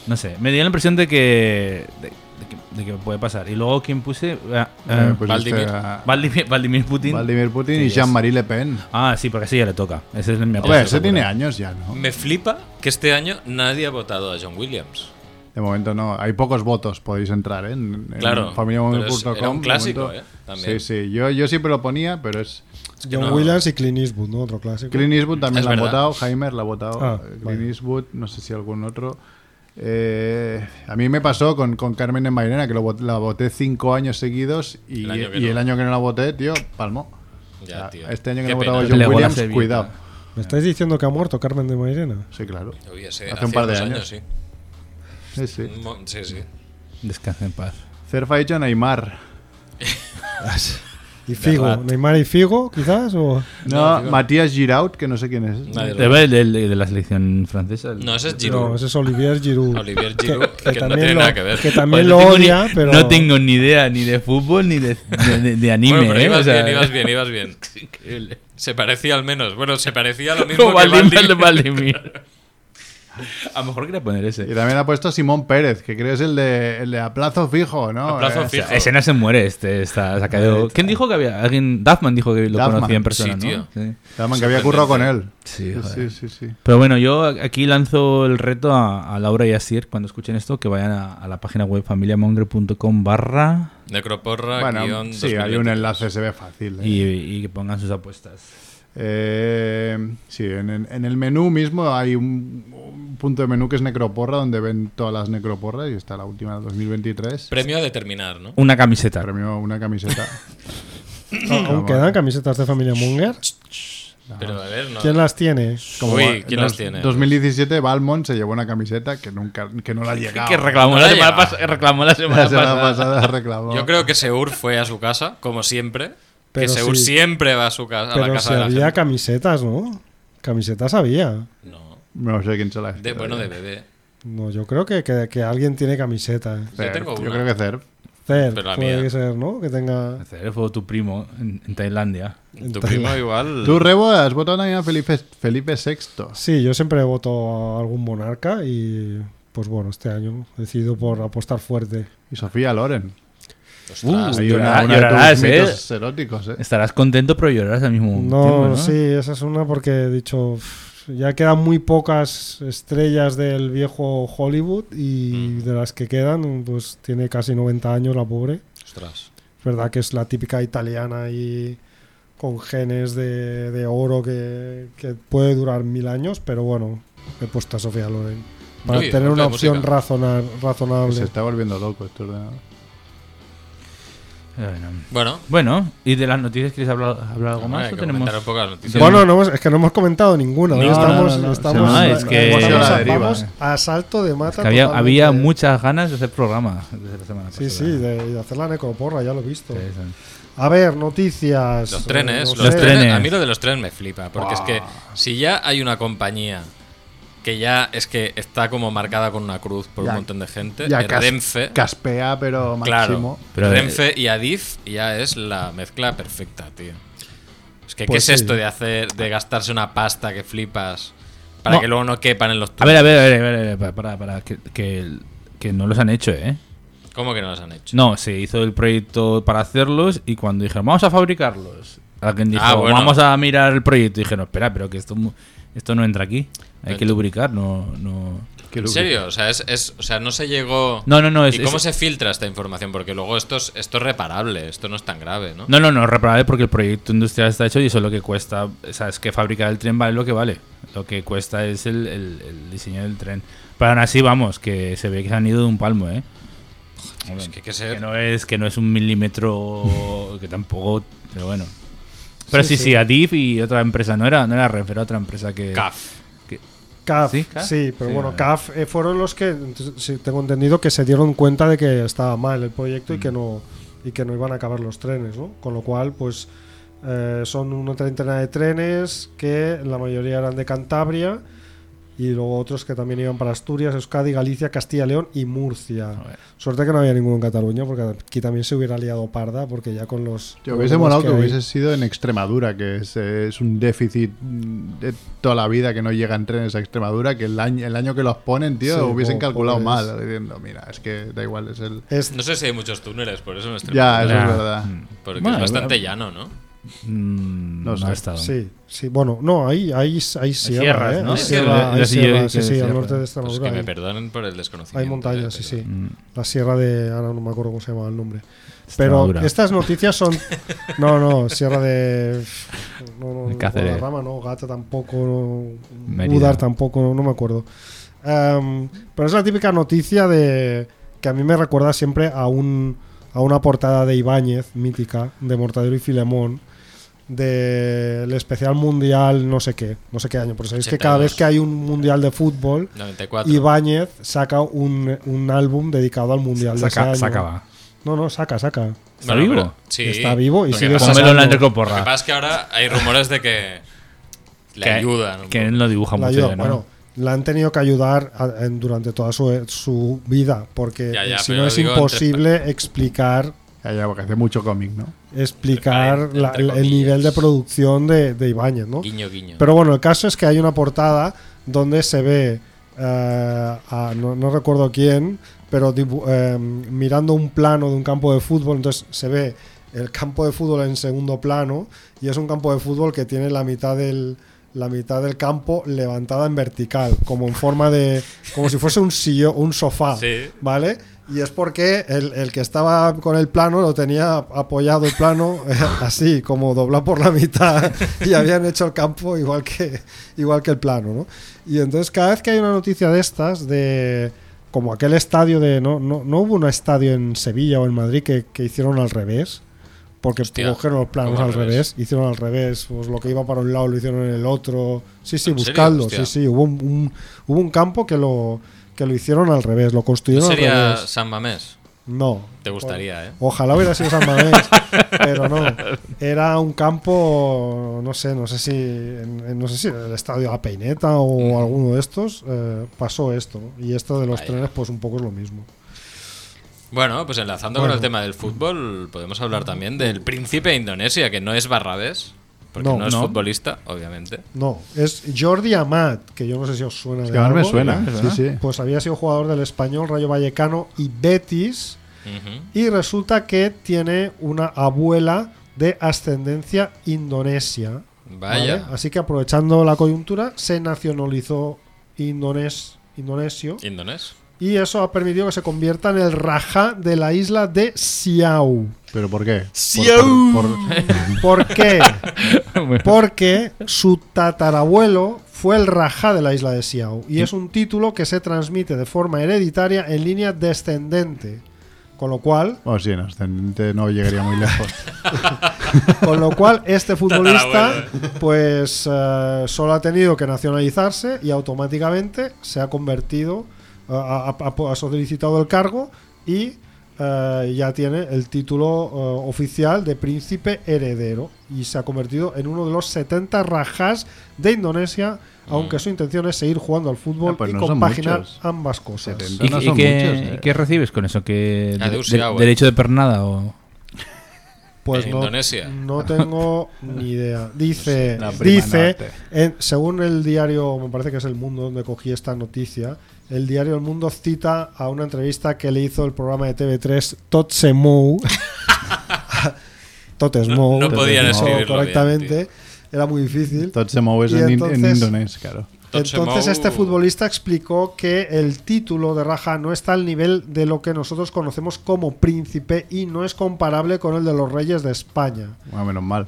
Speaker 3: No sé, me dio la impresión de que, de, de que, de que puede pasar. Y luego, ¿quién puse? Eh, eh,
Speaker 2: Eh, pues
Speaker 4: Vladimir.
Speaker 2: este era
Speaker 3: Vladimir, Vladimir Putin.
Speaker 2: Vladimir Putin y
Speaker 3: Sí,
Speaker 2: Jean-Marie Le Pen.
Speaker 3: Ah, sí, porque así ya le toca. Ese es mi
Speaker 2: Hombre,
Speaker 3: apuesta
Speaker 2: ese
Speaker 3: segura.
Speaker 2: tiene años ya, ¿no?
Speaker 4: Me flipa que este año nadie ha votado a John Williams.
Speaker 2: De momento no, hay pocos votos, podéis entrar ¿eh? en, en
Speaker 4: Claro, pero es-
Speaker 2: familiamomio.com.
Speaker 4: era un
Speaker 2: de
Speaker 4: clásico,
Speaker 2: momento.
Speaker 4: ¿eh? También.
Speaker 2: Sí, sí, yo, yo siempre lo ponía, pero es.
Speaker 4: que
Speaker 5: John
Speaker 4: no-
Speaker 5: Williams y Clint Eastwood, ¿no? Otro clásico.
Speaker 2: Clint Eastwood también
Speaker 4: Es
Speaker 2: la
Speaker 4: verdad.
Speaker 2: ha votado, Heimer la ha votado,
Speaker 5: Ah,
Speaker 2: eh, Clint
Speaker 5: vale.
Speaker 2: Eastwood, no sé si algún otro. Eh, a mí me pasó con, con Carmen en Mairena, que lo vot- la voté cinco años seguidos y y
Speaker 4: El
Speaker 2: el
Speaker 4: año
Speaker 2: año
Speaker 4: que
Speaker 2: que,
Speaker 4: no.
Speaker 2: no. la voté, tío, palmo.
Speaker 4: Ya,
Speaker 2: O sea,
Speaker 4: tío.
Speaker 2: Este año que
Speaker 4: Qué
Speaker 2: no he votado
Speaker 4: pena.
Speaker 2: John
Speaker 3: Le
Speaker 2: Williams,
Speaker 3: volase bien,
Speaker 2: cuidado.
Speaker 5: ¿Me estáis diciendo que ha muerto Carmen de Mairena?
Speaker 2: Sí, claro.
Speaker 4: Uy, ese-
Speaker 2: Hace un par de
Speaker 4: unos
Speaker 2: años. Sí, sí.
Speaker 4: sí. Mo- Sí, sí.
Speaker 3: Descansa en paz.
Speaker 2: Cerfa ha dicho Neymar.
Speaker 5: ¿Y Figo?
Speaker 3: Rat.
Speaker 5: ¿Neymar y Figo, quizás? ¿O
Speaker 2: No,
Speaker 4: digo-
Speaker 2: Matías Giraud, que no sé quién es.
Speaker 4: Nadie lo
Speaker 3: ¿Te
Speaker 4: vota.
Speaker 3: va el, el- el de la selección francesa? El-
Speaker 4: No, ese es Giroud.
Speaker 5: no? Ese es Olivier Giroud.
Speaker 4: Olivier Giroud, que, no
Speaker 5: también
Speaker 4: tiene
Speaker 5: lo-
Speaker 4: nada que ver. Pues
Speaker 5: que también
Speaker 3: Bueno,
Speaker 5: lo
Speaker 3: tengo ni-
Speaker 5: odia, pero...
Speaker 3: Pues No tengo ni idea ni de fútbol ni de, de- de- de anime.
Speaker 4: Bueno, pero
Speaker 3: ¿eh?
Speaker 4: ibas,
Speaker 3: O sea,
Speaker 4: bien, ibas bien, ibas <laughs> bien. Se parecía al menos. Bueno, se parecía a lo mismo
Speaker 3: como <laughs>
Speaker 4: que
Speaker 3: Valdivia,
Speaker 4: Valdivia. <laughs>
Speaker 3: Valdivia. A lo mejor quería poner ese.
Speaker 2: Y también ha puesto Simón Pérez, que creo es el de, el de a plazo fijo, ¿no?
Speaker 4: A plazo
Speaker 2: Eh,
Speaker 4: fijo.
Speaker 3: O sea, Ese no se muere, este está, se ha caído. ¿Quién dijo que había? Alguien, Duffman dijo que lo
Speaker 2: Duffman.
Speaker 3: conocía en persona,
Speaker 4: Sí,
Speaker 3: ¿no? Sí.
Speaker 2: Daman, que había currado con él.
Speaker 3: Sí, joder.
Speaker 2: sí, sí, sí.
Speaker 3: Pero bueno, yo aquí lanzo el reto a, a Laura y a Sir cuando escuchen esto, que vayan a, a la página web familiamonger.com barra
Speaker 4: Necroporra,
Speaker 2: Bueno,
Speaker 4: guión
Speaker 2: sí, hay un
Speaker 4: 2023.
Speaker 2: enlace, se ve fácil. ¿eh?
Speaker 3: y, y que pongan sus apuestas.
Speaker 2: Eh, sí, en, en- en el menú mismo hay un, un punto de menú que es necroporra, donde ven todas las necroporras y está la última del 2023.
Speaker 4: Premio a determinar, ¿no?
Speaker 3: Una camiseta.
Speaker 2: Premio una camiseta.
Speaker 5: ¿Aún quedan camisetas de familia Munger?
Speaker 4: Pero a ver, no.
Speaker 5: ¿Quién las tiene?
Speaker 4: <laughs>
Speaker 2: Como
Speaker 4: Uy,
Speaker 2: va-
Speaker 4: ¿quién
Speaker 2: dos-
Speaker 4: las tiene?
Speaker 2: 2017 Balmont se llevó una camiseta que nunca que no la ha llegado.
Speaker 3: Que reclamó,
Speaker 4: No
Speaker 3: la
Speaker 4: la
Speaker 3: semana
Speaker 4: lleva.
Speaker 3: pas- reclamó la
Speaker 2: <laughs>
Speaker 3: semana
Speaker 2: La semana
Speaker 3: pasada.
Speaker 2: pasada reclamó.
Speaker 4: Yo creo que Seur fue a su casa, como siempre.
Speaker 5: Pero
Speaker 4: que Seur
Speaker 5: sí.
Speaker 4: siempre va a su casa, a la
Speaker 5: Pero
Speaker 4: casa
Speaker 5: si
Speaker 4: de la
Speaker 5: había
Speaker 4: gente.
Speaker 5: camisetas, ¿no? Camisetas había.
Speaker 4: No.
Speaker 2: No sé quién se la ha eh.
Speaker 4: De- bueno, de bebé.
Speaker 5: No, yo creo que, que, que alguien tiene camiseta.
Speaker 4: Yo tengo
Speaker 2: Yo
Speaker 4: una.
Speaker 2: creo que Cerf.
Speaker 5: Cer,
Speaker 4: Pero la
Speaker 5: puede
Speaker 4: mía.
Speaker 5: ser, ¿no? Que tenga...
Speaker 3: Hacer Fue tu primo en, en Tailandia.
Speaker 4: Tu
Speaker 5: Entonces-
Speaker 4: primo igual.
Speaker 2: Tú, Rebo, has votado también a Felipe, Felipe VI.
Speaker 5: Sí, yo siempre voto a algún monarca y... Pues bueno, este año he decidido por apostar fuerte.
Speaker 2: Y Sofía Loren.
Speaker 4: Ostras,
Speaker 2: Hay
Speaker 3: llora-
Speaker 2: una, una
Speaker 3: llorarás,
Speaker 2: de
Speaker 3: ¿eh?
Speaker 2: tus mitos eróticos, ¿eh?
Speaker 3: Estarás contento, pero llorarás al mismo tiempo,
Speaker 5: No, sí, esa es una porque he dicho, "Uf, ya quedan muy pocas estrellas del viejo Hollywood y
Speaker 4: Mm.
Speaker 5: de las que quedan, pues tiene casi 90 años la pobre.
Speaker 4: ostras.
Speaker 5: Es verdad que es la típica italiana y con genes de, de oro que, que puede durar mil años, pero bueno, he puesto a Sofía Loren. Para
Speaker 4: Oye,
Speaker 5: tener
Speaker 4: otra
Speaker 5: una opción
Speaker 4: música.
Speaker 5: razonar,
Speaker 2: Pues Se
Speaker 5: razonable.
Speaker 2: está volviendo loco este ordenador.
Speaker 3: Eh, bueno.
Speaker 4: Bueno,
Speaker 3: Bueno, ¿y de las noticias quieres hablar, hablar algo
Speaker 4: hay
Speaker 3: más?
Speaker 4: que
Speaker 3: ¿O tenemos...
Speaker 4: comentar un poco las noticias.
Speaker 5: Bueno, no hemos- es que no hemos comentado ninguna. ¿no?
Speaker 2: No,
Speaker 5: estamos,
Speaker 2: no, no, no.
Speaker 5: estamos-
Speaker 3: No, es que-
Speaker 5: estamos a,
Speaker 2: La deriva.
Speaker 5: vamos a salto de mata.
Speaker 3: Que había,
Speaker 5: totalmente.
Speaker 3: había muchas ganas de hacer programa desde la semana
Speaker 5: Sí,
Speaker 3: pasada.
Speaker 5: sí, de, de hacer la necroporra, ya lo he visto.
Speaker 3: Sí, sí.
Speaker 5: A ver, noticias.
Speaker 4: Los
Speaker 5: eh,
Speaker 4: trenes,
Speaker 5: no
Speaker 4: los
Speaker 5: sé.
Speaker 4: trenes.
Speaker 3: trenes.
Speaker 4: A mí lo de los trenes me flipa, porque es que si ya hay una compañía que ya es que está como marcada con una cruz por un
Speaker 2: Ya-
Speaker 4: montón de gente,
Speaker 2: Ya
Speaker 4: eh,
Speaker 2: cas-
Speaker 4: Renfe,
Speaker 2: caspea, pero máximo.
Speaker 4: claro,
Speaker 3: Pero, eh,
Speaker 4: Renfe y Adif ya es la mezcla perfecta, tío. Es que
Speaker 5: Pues
Speaker 4: qué es
Speaker 5: sí.
Speaker 4: esto de hacer, de gastarse una pasta que flipas para
Speaker 3: No.
Speaker 4: que luego no quepan en los
Speaker 3: A ver, a ver, a ver, a ver, a ver, para, para, para, que, que, que no los han hecho, ¿eh?
Speaker 4: túneles? ¿Cómo que no las han hecho?
Speaker 3: No, se hizo el proyecto para hacerlos y cuando dijeron, vamos a fabricarlos, alguien dijo,
Speaker 4: Ah, bueno.
Speaker 3: vamos a mirar el proyecto, y dijeron, espera, pero que esto, mu- esto no entra aquí, hay que
Speaker 4: Entra.
Speaker 3: lubricar, no... no...
Speaker 2: Qué
Speaker 4: ¿En
Speaker 2: lujo.
Speaker 4: serio? O sea, es, es- o sea, no se llegó.
Speaker 3: No, no, no, es-
Speaker 4: ¿Y cómo
Speaker 3: es-
Speaker 4: se filtra esta información? Porque luego esto es, esto es reparable, esto no es tan grave, ¿no?
Speaker 3: No, no, no, reparable porque el proyecto industrial está hecho y eso es lo que cuesta. O sea, es que fabricar el tren vale lo que vale. Lo que cuesta es el, el- el diseño del tren. Pero aún así, vamos, que se ve que se han ido de un palmo, ¿eh?
Speaker 4: Es que hay que ser-
Speaker 3: Que no es, que no es
Speaker 4: <laughs>
Speaker 3: un milímetro, que tampoco, pero bueno. Pero sí, sí, Adif y otra empresa, no era, no era Renfe, era otra empresa que...
Speaker 4: Caf.
Speaker 3: que-
Speaker 5: CAF,
Speaker 3: ¿Sí?
Speaker 5: ¿Sí?
Speaker 3: CAF.
Speaker 5: pero
Speaker 3: Sí,
Speaker 5: bueno,
Speaker 3: vale.
Speaker 5: CAF eh, fueron los que, entonces, sí, tengo entendido, que se dieron cuenta de que estaba mal el proyecto y
Speaker 3: Mm.
Speaker 5: que no y que no iban a acabar los trenes, ¿no? Con lo cual, pues eh, son una treintena de trenes que la mayoría eran de Cantabria y luego otros que también iban para Asturias, Euskadi, Galicia, Castilla, León y Murcia. Suerte que no había ninguno en Cataluña, porque aquí también se hubiera liado parda, porque ya con los...
Speaker 2: Yo hubiese
Speaker 5: con los
Speaker 2: molado que
Speaker 5: hay-
Speaker 2: hubiese sido en Extremadura, que es, eh, es un déficit mm, de toda la vida que no llegan trenes a Extremadura, que el año, el año que los ponen, tío,
Speaker 5: Sí,
Speaker 2: hubiesen
Speaker 5: po-
Speaker 2: calculado
Speaker 5: pobres.
Speaker 2: mal, diciendo, mira, es que da igual, es el...
Speaker 5: Es-
Speaker 4: No sé si hay muchos túneles, por eso no estoy
Speaker 2: Ya, eso
Speaker 3: Ya.
Speaker 2: es verdad.
Speaker 4: Porque
Speaker 3: Bueno,
Speaker 4: es bastante
Speaker 3: bueno.
Speaker 4: llano, ¿no?
Speaker 3: Mm,
Speaker 2: No
Speaker 3: no
Speaker 2: sé.
Speaker 3: ha estado.
Speaker 5: Sí, sí, bueno, no, ahí, ahí, ahí sierra,
Speaker 3: sierras,
Speaker 5: ¿eh?
Speaker 3: ¿no?
Speaker 5: Hay
Speaker 4: Sí,
Speaker 5: sierra,
Speaker 4: sí,
Speaker 5: hay
Speaker 3: sí, sí, sí,
Speaker 5: sierra,
Speaker 3: sí,
Speaker 5: sí, sí,
Speaker 3: sierra.
Speaker 5: al norte de
Speaker 4: Pues
Speaker 5: Extremadura.
Speaker 4: que me
Speaker 5: hay-
Speaker 4: perdonen por el desconocimiento.
Speaker 5: Hay montañas, sí,
Speaker 4: eh,
Speaker 5: sí.
Speaker 4: pero-
Speaker 3: Mm.
Speaker 5: La sierra de. Ahora no me acuerdo cómo se llamaba el nombre. Pero
Speaker 3: dura.
Speaker 5: estas noticias
Speaker 3: <laughs>
Speaker 5: son. No, no, sierra de. No, no, no,
Speaker 3: Cáceres.
Speaker 5: Guadarrama no, Gata tampoco, no,
Speaker 3: Mérida.
Speaker 5: Udar tampoco, no, no me acuerdo. Em, pero es la típica noticia de. que a mí me recuerda siempre a un. a una portada de Ibáñez, mítica, de Mortadelo y Filemón. Del especial mundial, no sé qué, no sé qué año, pero sabéis que cada
Speaker 4: 82.
Speaker 5: vez que hay un mundial de fútbol,
Speaker 4: 94.
Speaker 5: Ibáñez saca un, un álbum dedicado al Mundial de ese
Speaker 3: Saca,
Speaker 5: año.
Speaker 3: sacaba.
Speaker 5: No, no, saca, saca.
Speaker 3: ¿Está
Speaker 4: Bueno,
Speaker 3: vivo?
Speaker 4: pero- sí.
Speaker 5: Está vivo y
Speaker 4: Lo que
Speaker 5: sigue
Speaker 4: pasa-
Speaker 5: sacando.
Speaker 3: Pónmelo en la
Speaker 4: Lo que
Speaker 3: entrecoporra.
Speaker 4: pasa es que ahora hay rumores de que le
Speaker 3: Que-
Speaker 4: ayudan. un
Speaker 3: Que
Speaker 4: poco.
Speaker 3: él no dibuja
Speaker 5: La
Speaker 3: mucho.
Speaker 5: ayuda-
Speaker 3: ya, ¿no? <laughs>
Speaker 5: Bueno, la han tenido que ayudar a- en- durante toda su, su vida, porque
Speaker 4: Ya, ya,
Speaker 5: eh, si
Speaker 4: pero
Speaker 5: no
Speaker 4: lo
Speaker 5: es
Speaker 4: digo
Speaker 5: imposible explicar
Speaker 2: Ya, ya, porque hace mucho cómic, ¿no?
Speaker 5: explicar
Speaker 4: Entre-
Speaker 5: la-
Speaker 4: entre
Speaker 5: el
Speaker 4: comillas.
Speaker 5: nivel de producción de, de Ibáñez, ¿no?
Speaker 4: Guiño, guiño.
Speaker 5: Pero bueno, el caso es que hay una portada donde se ve eh, a- no, no recuerdo quién, pero dibu- eh, mirando un plano de un campo de fútbol, entonces se ve el campo de fútbol en segundo plano y es un campo de fútbol que tiene la mitad del la mitad del campo levantada en vertical, como en forma de como si fuese un sillo, un sofá,
Speaker 4: Sí.
Speaker 5: ¿vale? Y es porque el, el que estaba con el plano lo tenía apoyado el plano <laughs> eh, así, como doblado por la mitad, y habían hecho el campo igual que, igual que el plano, ¿no? Y entonces cada vez que hay una noticia de estas, de como aquel estadio de... No, no, no hubo un estadio en Sevilla o en Madrid que, que hicieron al revés, porque
Speaker 4: Hostia,
Speaker 5: cogieron los planos
Speaker 4: ¿cómo
Speaker 5: al
Speaker 4: al
Speaker 5: revés?
Speaker 4: revés?
Speaker 5: hicieron al revés, pues lo que iba para un lado lo hicieron en el otro. Sí, sí,
Speaker 4: ¿En serio?
Speaker 5: buscadlo, sí,
Speaker 4: Hostia.
Speaker 5: sí, hubo un, un- hubo un campo que lo, que lo hicieron al revés, lo construyeron al
Speaker 4: sería
Speaker 5: revés.
Speaker 4: San Mamés?
Speaker 5: No.
Speaker 4: Te gustaría, ¿eh?
Speaker 5: Ojalá hubiera sido San Mamés, pero no. Era un campo, no sé, no sé si, en- en- no sé si en el estadio La Peineta o alguno de estos eh, pasó esto. Y esto de los
Speaker 4: Vaya.
Speaker 5: trenes, pues un poco es lo mismo.
Speaker 4: Bueno, pues enlazando
Speaker 5: Bueno.
Speaker 4: con el tema del fútbol, podemos hablar también del príncipe de Indonesia, que no es Barrabés, porque
Speaker 5: No,
Speaker 4: no, es
Speaker 3: no.
Speaker 4: futbolista, obviamente.
Speaker 5: No, es Jordi Amat, que yo no sé si os suena.
Speaker 2: Es
Speaker 5: de
Speaker 2: que ahora me
Speaker 5: algo.
Speaker 2: suena, sí,
Speaker 3: ¿verdad?
Speaker 2: sí.
Speaker 5: Pues había sido jugador del Español, Rayo Vallecano y Betis.
Speaker 4: Ujú.
Speaker 5: Y resulta que tiene una abuela de ascendencia indonesia.
Speaker 4: Vaya.
Speaker 5: ¿vale? Así que aprovechando la coyuntura, se nacionalizó indones, indonesio.
Speaker 4: Indonés.
Speaker 5: Y eso ha permitido que se convierta en el Rajá de la isla de Siau.
Speaker 2: ¿Pero por qué? Por-
Speaker 4: Siau.
Speaker 2: por- por-
Speaker 5: ¿Por qué? Pues
Speaker 3: Bueno,
Speaker 5: Porque su tatarabuelo fue el Rajá de la isla de Siau y es un título que se transmite de forma hereditaria en línea descendente. Con lo cual,
Speaker 2: Bueno, Oh, sí, en ascendente no llegaría
Speaker 4: <laughs>
Speaker 2: muy lejos.
Speaker 5: con lo cual este futbolista
Speaker 4: Tatarabuelo,
Speaker 5: pues eh, solo ha tenido que nacionalizarse y automáticamente se ha convertido, eh, ha, ha- ha solicitado el cargo y eh, ya tiene el título eh, oficial de príncipe heredero y se ha convertido en uno de los 70 rajas de Indonesia, aunque su intención es seguir jugando al fútbol
Speaker 2: Ah, pues
Speaker 5: y
Speaker 2: no son
Speaker 5: compaginar
Speaker 2: muchos.
Speaker 5: ambas cosas.
Speaker 2: 70.
Speaker 3: ¿Y,
Speaker 2: No
Speaker 3: y
Speaker 2: son
Speaker 3: qué,
Speaker 2: muchos, eh.
Speaker 3: qué recibes con eso? ¿Qué
Speaker 4: Ah, de
Speaker 3: de-
Speaker 4: Usia,
Speaker 3: de-
Speaker 4: güey.
Speaker 3: ¿Derecho de pernada? o
Speaker 5: Pues
Speaker 4: En
Speaker 5: no,
Speaker 4: Indonesia. Pues <laughs>
Speaker 5: no tengo ni idea. Dice,
Speaker 2: La prima
Speaker 5: dice
Speaker 2: norte.
Speaker 5: en- según el diario, me parece que es El Mundo donde cogí esta noticia, el diario El Mundo cita a una entrevista que le hizo el programa de TV3
Speaker 4: <laughs>
Speaker 5: Totsemou. Totesmou.
Speaker 4: No- no podían
Speaker 5: dicho
Speaker 4: escribirlo bien,
Speaker 5: correctamente. era muy difícil.
Speaker 2: Entonces se mueve
Speaker 5: Y
Speaker 2: en, in- en
Speaker 5: entonces-
Speaker 2: indonés, claro.
Speaker 5: Entonces
Speaker 4: Totsemou-
Speaker 5: este futbolista explicó que el título de Raja no está al nivel de lo que nosotros conocemos como príncipe y no es comparable con el de los reyes de España.
Speaker 2: Bueno, menos mal.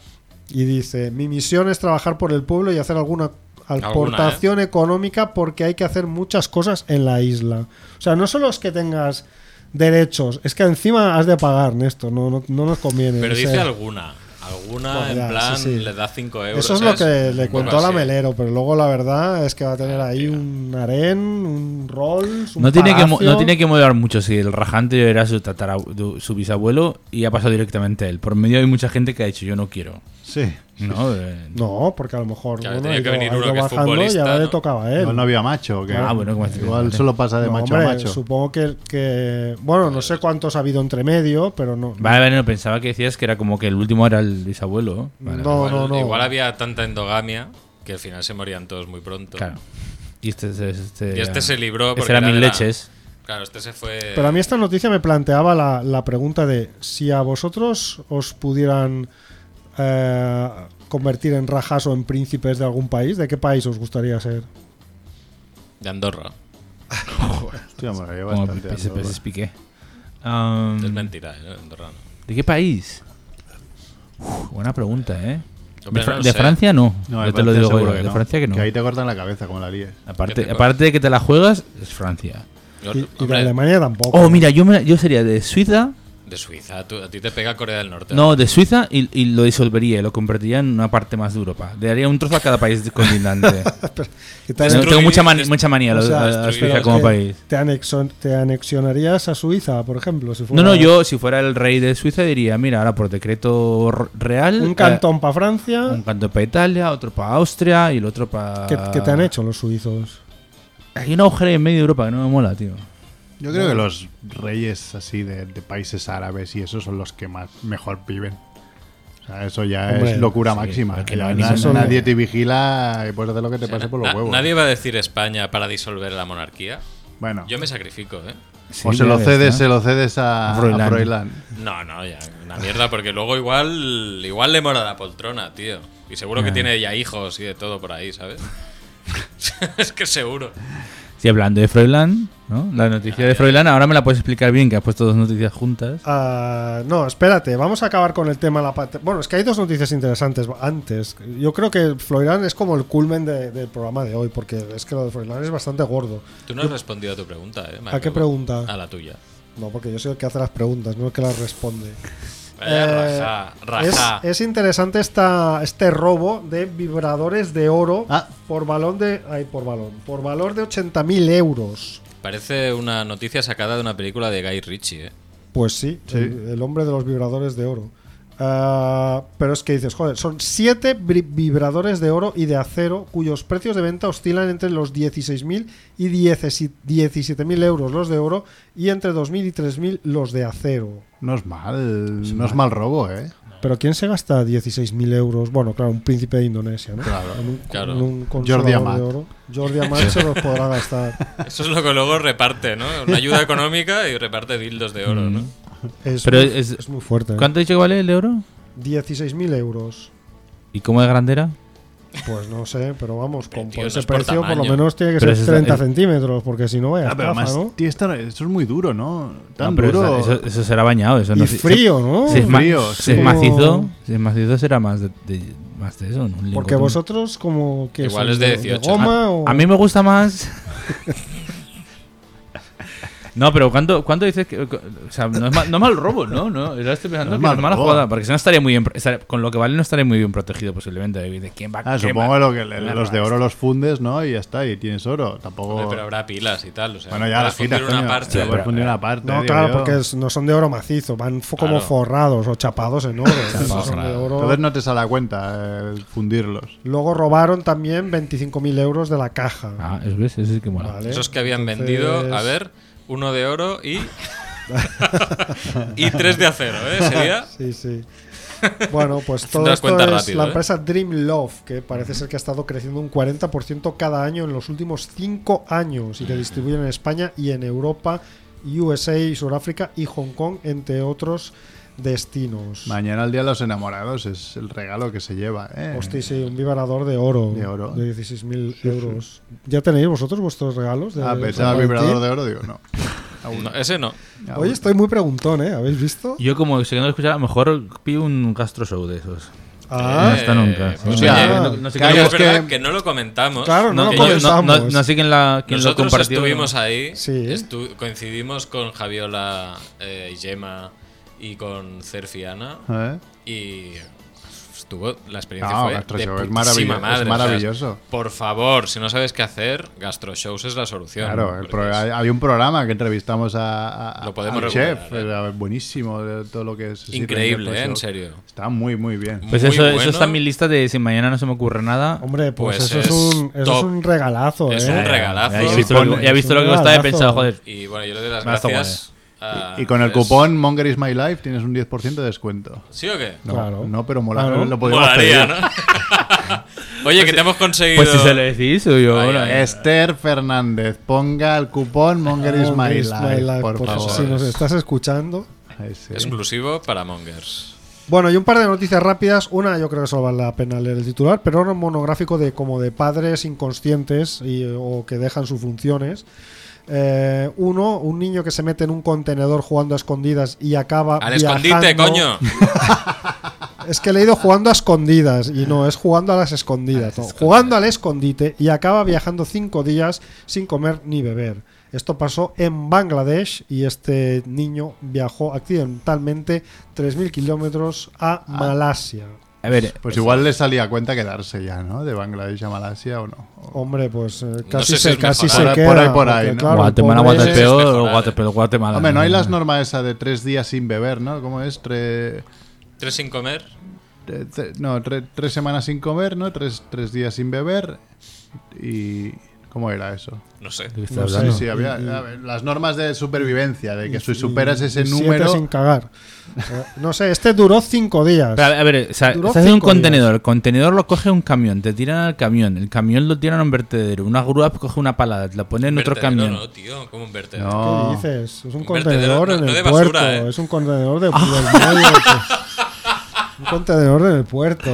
Speaker 5: Y dice, mi misión es trabajar por el pueblo y hacer alguna aportación
Speaker 4: ¿eh?
Speaker 5: económica porque hay que hacer muchas cosas en la isla. O sea, no solo es que tengas derechos, es que encima has de pagar, Néstor, no, no, no nos conviene.
Speaker 4: Pero
Speaker 5: o sea,
Speaker 4: dice alguna. Alguna,
Speaker 5: Bueno, ya,
Speaker 4: en plan,
Speaker 5: sí, sí.
Speaker 4: le da 5 euros.
Speaker 5: Eso es lo que
Speaker 4: ¿eh? ¿sabes?
Speaker 5: le
Speaker 4: Un poco
Speaker 5: contó a la
Speaker 4: así. Ah,
Speaker 5: Melero, pero luego la verdad es que va a tener ahí un harén, un Rolls, un
Speaker 3: No tiene, que, mo-
Speaker 5: palacio.
Speaker 3: no tiene que modelar mucho si el rajante era su, tatara- du- su bisabuelo y ha pasado directamente a él. Por medio hay mucha gente que ha dicho yo no quiero.
Speaker 2: Sí.
Speaker 3: ¿no? Eh,
Speaker 5: No, porque a lo mejor
Speaker 4: Claro,
Speaker 5: uno
Speaker 4: tenía
Speaker 5: ha ido-
Speaker 4: que venir
Speaker 5: ha ido
Speaker 4: uno que es
Speaker 5: bajando y
Speaker 4: futbolista,
Speaker 5: ahora le
Speaker 4: ¿no?
Speaker 5: tocaba a él.
Speaker 2: Igual no había macho. ¿o qué?
Speaker 3: Ah, bueno, como-
Speaker 2: Igual solo pasa de
Speaker 5: No,
Speaker 2: macho
Speaker 5: hombre,
Speaker 2: a macho.
Speaker 5: Supongo que, que- Bueno, no sé cuántos ha habido entre medio, pero no.
Speaker 3: Vale, vale, no, pensaba que decías que era como que el último era el bisabuelo. Vale,
Speaker 5: no,
Speaker 4: igual,
Speaker 5: no, no.
Speaker 4: igual había tanta endogamia que al final se morían todos muy
Speaker 2: Mm.
Speaker 4: pronto.
Speaker 3: Claro. Y este, este,
Speaker 4: Y este se libró
Speaker 3: Este
Speaker 4: porque
Speaker 3: era mil
Speaker 4: de la-
Speaker 3: leches.
Speaker 4: Claro, este se fue.
Speaker 5: Pero a mí esta noticia me planteaba la, la pregunta de si a vosotros os pudieran eh, convertir en rajas o en príncipes de algún país, ¿de qué país os gustaría ser?
Speaker 4: De Andorra.
Speaker 2: Hostia, me lo llevo
Speaker 3: Como
Speaker 2: bastante
Speaker 3: Pis-
Speaker 2: andando.
Speaker 3: Pis- Piqué. Um,
Speaker 5: Mm.
Speaker 4: Es mentira, ¿eh? Andorra no.
Speaker 3: ¿De qué país? Uf, buena pregunta, ¿eh?
Speaker 4: Hombre,
Speaker 3: de Fra-
Speaker 4: no lo
Speaker 3: de
Speaker 4: sé.
Speaker 3: Francia no.
Speaker 2: No,
Speaker 3: Yo
Speaker 2: de
Speaker 3: te lo
Speaker 2: Francia
Speaker 3: digo
Speaker 2: seguro
Speaker 3: yo, de Francia que no.
Speaker 2: Que ahí te cortan la cabeza como la líes.
Speaker 4: ¿Qué
Speaker 3: Aparte,
Speaker 4: te
Speaker 3: aparte de que te la juegas, es Francia.
Speaker 4: Yo-
Speaker 5: Y, y de
Speaker 4: hombre,
Speaker 5: Alemania tampoco.
Speaker 3: Oh, mira, yo, me- yo sería de Suiza.
Speaker 4: de Suiza. tú- a ti te pega Corea del Norte.
Speaker 3: No, de Suiza y, y lo disolvería, lo convertiría en una parte más de Europa. Le daría un trozo a cada país condindante.
Speaker 5: ¿Qué tal?
Speaker 3: No, tengo mucha, mani-
Speaker 4: Destruir-
Speaker 3: mucha manía a
Speaker 5: O
Speaker 3: la-
Speaker 5: sea,
Speaker 3: a la
Speaker 4: destruir-
Speaker 3: Suiza como
Speaker 5: te-
Speaker 3: país.
Speaker 5: Te, anexo- te anexionarías a Suiza, por ejemplo? Si fuera
Speaker 3: No, no, yo si fuera el rey de Suiza diría, mira, ahora por decreto r- real...
Speaker 5: Un
Speaker 3: eh,
Speaker 5: cantón para Francia.
Speaker 3: Un cantón para Italia, otro para Austria y el otro para...
Speaker 5: ¿Qué, qué te han hecho los suizos?
Speaker 3: Hay una agujera en medio de Europa que no me mola, tío.
Speaker 2: Yo creo que los reyes así de, de países árabes y esos son los que más mejor viven. O sea, eso ya
Speaker 5: Hombre,
Speaker 2: es locura
Speaker 3: sí,
Speaker 2: máxima.
Speaker 3: porque
Speaker 2: Ya
Speaker 3: no hay
Speaker 2: na-
Speaker 3: ningún problema.
Speaker 2: nadie te vigila y puedes hacer lo que te pase por los
Speaker 4: Na-
Speaker 2: huevos.
Speaker 5: ¿eh?
Speaker 4: Nadie va a decir España para disolver la monarquía.
Speaker 2: Bueno,
Speaker 4: Yo me sacrifico, ¿eh?
Speaker 3: Sí, ¿eh?
Speaker 2: o se lo
Speaker 3: mira, ya
Speaker 2: cedes,
Speaker 3: está.
Speaker 2: se lo cedes a,
Speaker 3: A
Speaker 2: a
Speaker 3: Froilán.
Speaker 2: Froilán.
Speaker 4: No, no, ya, una mierda, porque luego igual igual le mora la poltrona, tío. Y seguro que
Speaker 3: Ya.
Speaker 4: tiene ya hijos y de todo por ahí, ¿sabes? <laughs> es que seguro.
Speaker 3: Sí, hablando de Froilán, ¿no? La noticia
Speaker 2: Ah,
Speaker 3: de Froilán, ahora me la puedes explicar bien, que has puesto dos noticias juntas.
Speaker 5: Ah, no, espérate, vamos a acabar con el tema. La pat- bueno, es que hay dos noticias interesantes antes. Yo creo que Floirán es como el culmen de- del programa de hoy, porque es que lo de Floirán es bastante gordo.
Speaker 4: Tú no has respondido a tu pregunta, ¿eh?
Speaker 5: ¿A qué pregunta? Eh,
Speaker 4: A la tuya.
Speaker 5: No, porque yo soy el que hace las preguntas, no el que las responde.
Speaker 4: Vaya,
Speaker 5: Eh,
Speaker 4: raja,
Speaker 5: Es,
Speaker 4: raja.
Speaker 5: es interesante esta, este robo de vibradores de oro
Speaker 2: Ah.
Speaker 5: por balón de. Ay, por balón. Por valor de 80.000 euros.
Speaker 4: Parece una noticia sacada de una película de Guy Ritchie, ¿eh?
Speaker 5: Pues sí, El, el hombre de los vibradores de oro. Ah, pero es que dices, joder, son siete bri- vibradores de oro y de acero cuyos precios de venta oscilan entre los 16.000 y 17 17.000 euros los de oro y entre 2.000 y 3.000 los de acero.
Speaker 2: No es mal, no es mal robo, ¿eh?
Speaker 5: Pero ¿quién se gasta 16.000 euros? Bueno, claro, un príncipe de Indonesia, ¿no? Claro, en un,
Speaker 4: claro.
Speaker 5: en un
Speaker 2: Jordi
Speaker 5: consolador
Speaker 2: Amat.
Speaker 5: de oro. Jordi Amat se los
Speaker 4: <laughs>
Speaker 5: podrá gastar.
Speaker 4: Eso es lo que luego reparte, ¿no? Una ayuda económica y reparte dildos de oro, ¿no?
Speaker 5: Es,
Speaker 3: Pero
Speaker 5: muy,
Speaker 3: es-
Speaker 5: es muy fuerte. ¿eh?
Speaker 3: ¿Cuánto he dicho que vale el euro?
Speaker 5: 16.000 euros.
Speaker 3: ¿Y cómo de grande era?
Speaker 5: Pues no sé, pero vamos,
Speaker 4: Pero,
Speaker 5: con
Speaker 4: tío,
Speaker 5: por
Speaker 4: no
Speaker 5: ese
Speaker 4: es por
Speaker 5: precio por lo
Speaker 4: tamaño.
Speaker 5: menos tiene que
Speaker 3: Pero
Speaker 5: ser
Speaker 3: eso
Speaker 5: 30
Speaker 3: está-
Speaker 5: centímetros, porque si no es
Speaker 2: Ah, pero
Speaker 5: estafa,
Speaker 2: además,
Speaker 5: ¿no?
Speaker 2: tío, esto, esto es muy duro, ¿no? Tan
Speaker 3: No, Ah, pero
Speaker 2: duro.
Speaker 3: Eso, eso será bañado, eso
Speaker 5: Y
Speaker 3: no
Speaker 5: frío, ¿no?
Speaker 3: Si es, ma-
Speaker 2: Frío,
Speaker 3: si es
Speaker 5: sí.
Speaker 3: macizo,
Speaker 5: Como-
Speaker 3: si es macizo será más de, de- más de eso, ¿no? Un
Speaker 5: Porque
Speaker 3: lingotón.
Speaker 5: vosotros como que...
Speaker 4: Igual
Speaker 5: sois
Speaker 4: es de ah, 18.
Speaker 5: goma
Speaker 3: a,
Speaker 5: o...
Speaker 3: a mí me gusta más. No, pero ¿cuánto, cuánto dices que.? O sea, no es mal, no es mal robo, ¿no? no ahora estoy
Speaker 2: No
Speaker 3: pensando
Speaker 2: es
Speaker 3: que no
Speaker 2: mal
Speaker 3: es mala
Speaker 2: robo.
Speaker 3: jugada, porque si no estaría muy bien. pro- estaría- con lo que vale, no estaría muy bien protegido posiblemente. de- de quién va
Speaker 2: Ah,
Speaker 3: quién
Speaker 2: supongo
Speaker 3: va-
Speaker 2: lo que le-
Speaker 3: quién va
Speaker 2: los de
Speaker 3: a
Speaker 2: oro los fundes, ¿no? Y ya está, y tienes oro. Tampoco.
Speaker 4: Hombre, pero habrá pilas y tal. O sea,
Speaker 2: Oh. bueno, ya
Speaker 4: para
Speaker 2: las
Speaker 4: fundir
Speaker 2: quitas,
Speaker 4: una
Speaker 2: coño.
Speaker 4: parte.
Speaker 2: Sí, puedes fundir una parte.
Speaker 5: No,
Speaker 2: digo
Speaker 5: claro,
Speaker 2: yo.
Speaker 5: porque es- no son de oro macizo, van fo- como
Speaker 4: Claro.
Speaker 5: forrados o chapados en oro. Esos
Speaker 3: Chapados,
Speaker 5: son de
Speaker 3: claro.
Speaker 5: oro.
Speaker 2: Entonces no te sale a cuenta eh, fundirlos.
Speaker 5: Luego robaron también 25.000 euros de la caja.
Speaker 3: Ah, eso ves, eso sí que mola.
Speaker 5: ¿vale?
Speaker 4: Esos que habían
Speaker 5: ¿Eh? Entonces-
Speaker 4: vendido, a ver, uno de oro
Speaker 5: <laughs>
Speaker 4: y. y tres de acero, ¿eh? Sería. <laughs>
Speaker 5: Sí, sí. Bueno, pues todo
Speaker 4: das
Speaker 5: esto es
Speaker 4: cuenta rápido,
Speaker 5: la
Speaker 4: ¿eh?
Speaker 5: empresa Dream Love, que parece ser que ha estado creciendo un 40% cada año en los últimos 5 años y que distribuyen en España y en Europa, USA, Sudáfrica y Hong Kong, entre otros destinos.
Speaker 2: Mañana el día de los enamorados es el regalo que se lleva, ¿eh?
Speaker 5: Hostia, sí, un vibrador de oro
Speaker 2: De oro.
Speaker 5: de 16.000 euros. ¿Ya tenéis vosotros vuestros regalos? De
Speaker 2: Ah, pensaba
Speaker 5: San
Speaker 2: vibrador Ah,
Speaker 5: Valentín?
Speaker 2: de oro, digo, no. Aún
Speaker 4: No, ese no.
Speaker 2: no.
Speaker 5: <laughs> Oye, estoy muy preguntón, ¿eh? ¿Habéis visto?
Speaker 3: Yo, como si no lo escuchara, a lo mejor pido un gastro show de esos.
Speaker 5: Ah,
Speaker 3: no
Speaker 2: eh,
Speaker 3: está nunca.
Speaker 4: pues
Speaker 2: O sea,
Speaker 4: oye,
Speaker 5: no-
Speaker 3: no sé
Speaker 4: que
Speaker 2: qué-
Speaker 4: es verdad
Speaker 2: que-
Speaker 4: que no lo comentamos.
Speaker 5: Claro,
Speaker 3: No,
Speaker 5: no, lo
Speaker 4: que
Speaker 3: no-
Speaker 4: ellos-
Speaker 3: no-
Speaker 5: comentamos.
Speaker 3: no sé quién, la, quién lo
Speaker 4: Nosotros
Speaker 3: compartió.
Speaker 4: estuvimos ahí,
Speaker 5: Sí.
Speaker 4: estu- coincidimos con Javiola eh, y Gemma y con Cerfiana
Speaker 2: ¿Eh?
Speaker 4: y estuvo, la experiencia
Speaker 2: No,
Speaker 4: fue
Speaker 2: Gastroshow
Speaker 4: de
Speaker 2: es
Speaker 4: putísima
Speaker 2: maravillo- es
Speaker 4: madre, o sea,
Speaker 2: maravilloso.
Speaker 4: por favor, si no sabes qué hacer, Gastroshows es la solución.
Speaker 2: Claro, el
Speaker 4: Porque
Speaker 2: pro-
Speaker 4: es-
Speaker 2: hay- había un programa que entrevistamos a, a-
Speaker 4: Lo podemos
Speaker 2: al
Speaker 4: recuperar,
Speaker 2: chef,
Speaker 4: ¿eh?
Speaker 2: era buenísimo de todo lo que es.
Speaker 4: Increíble,
Speaker 2: sí,
Speaker 4: ¿eh?
Speaker 2: el
Speaker 4: en
Speaker 2: show.
Speaker 4: serio.
Speaker 2: Está muy, muy bien.
Speaker 3: Pues
Speaker 4: Muy
Speaker 3: eso,
Speaker 4: bueno.
Speaker 3: eso está en mi lista de si mañana no se me ocurre nada.
Speaker 5: Hombre, pues,
Speaker 4: Pues
Speaker 5: eso, es
Speaker 4: es
Speaker 5: un, eso es
Speaker 4: top.
Speaker 5: un regalazo,
Speaker 4: Es
Speaker 5: ¿eh?
Speaker 4: un regalazo.
Speaker 3: Ya he
Speaker 4: Sí,
Speaker 3: visto, lo
Speaker 2: pone-
Speaker 3: que- ya he visto lo que costaba y he pensado, joder.
Speaker 4: Y bueno, yo le doy las
Speaker 3: Me hace
Speaker 4: gracias. a-
Speaker 2: Y con el
Speaker 4: es-
Speaker 2: cupón Monger is my life tienes un 10% de descuento.
Speaker 4: ¿Sí o qué?
Speaker 2: No,
Speaker 5: Claro.
Speaker 2: no pero mola,
Speaker 5: Claro.
Speaker 2: lo podemos
Speaker 4: Molaría,
Speaker 2: Pues pedir.
Speaker 4: ¿no? <laughs> Oye, que te hemos conseguido.
Speaker 3: Pues si se lo decís, yo.
Speaker 4: Ahí,
Speaker 3: bueno,
Speaker 4: ahí.
Speaker 3: es-
Speaker 2: Esther Fernández, ponga el cupón Monger is my
Speaker 5: Monger Oh, is
Speaker 2: life,
Speaker 5: my life,
Speaker 2: por,
Speaker 5: por
Speaker 2: favor.
Speaker 5: Si nos estás escuchando.
Speaker 2: Ay, sí.
Speaker 4: Exclusivo para Mongers.
Speaker 5: Bueno, y un par de noticias rápidas. Una, yo creo que solo vale la pena leer el titular, pero era un monográfico de como de padres inconscientes y- o que dejan sus funciones. Eh, uno, un niño que se mete en un contenedor jugando a escondidas y acaba.
Speaker 4: ¡Al escondite,
Speaker 5: Ah, viajando- <laughs>
Speaker 4: coño!
Speaker 5: Es que le he leído jugando a escondidas y no, es jugando a las escondidas. no, jugando al escondite y acaba viajando cinco días sin comer ni beber. Esto pasó en Bangladesh y este niño viajó accidentalmente 3.000 kilómetros
Speaker 2: Ah.
Speaker 5: a Malasia.
Speaker 3: a ver,
Speaker 2: Pues igual le salía a cuenta quedarse ya, ¿no? De Bangladesh a Malasia o no. O-
Speaker 5: Hombre, pues eh, casi
Speaker 4: sé si
Speaker 5: se,
Speaker 4: es
Speaker 5: casi
Speaker 4: mejor.
Speaker 5: se
Speaker 2: Por ahí-
Speaker 5: queda.
Speaker 2: por ahí, por
Speaker 5: porque,
Speaker 2: ahí, ¿no?
Speaker 5: claro, el
Speaker 3: Guatemala,
Speaker 5: pobre-
Speaker 4: Guate-
Speaker 3: Guatepeor,
Speaker 4: es
Speaker 3: o
Speaker 4: mejor,
Speaker 3: Guatepeor, Guatemala.
Speaker 2: Hombre, no hay las
Speaker 3: no.
Speaker 2: normas esa de tres días sin beber, ¿no? ¿Cómo es? Tres...
Speaker 4: Tres sin comer.
Speaker 2: Tre- tre- no, tre- tres semanas sin comer, ¿no? Tres, tres días sin beber. ¿Y cómo era eso?
Speaker 4: No sé.
Speaker 3: ¿De qué estás
Speaker 5: No sé,
Speaker 2: Sí,
Speaker 3: hablando?
Speaker 2: sí, había a ver, las normas de supervivencia, de que si superas ese
Speaker 5: y siete
Speaker 2: número...
Speaker 5: sin cagar. Eh, no sé, este duró cinco días.
Speaker 3: Pero, a ver, o sea,
Speaker 5: Duró
Speaker 3: estás en un
Speaker 5: cinco
Speaker 3: contenedor, el contenedor lo coge un camión, te tiran al camión, el camión lo tiran a un vertedero, una grúa coge una palada, te la pone en otro
Speaker 4: Vertedero
Speaker 3: camión.
Speaker 4: No, tío, como un vertedero.
Speaker 2: No.
Speaker 3: Ah.
Speaker 5: ¿Qué dices? Es un
Speaker 4: Un vertedero,
Speaker 5: contenedor
Speaker 4: no-
Speaker 5: en
Speaker 4: no
Speaker 5: el
Speaker 4: de
Speaker 5: puerto.
Speaker 4: basura, ¿eh?
Speaker 5: Es un
Speaker 3: <laughs>
Speaker 5: contenedor de, del medio, pues. Un contenedor en el puerto.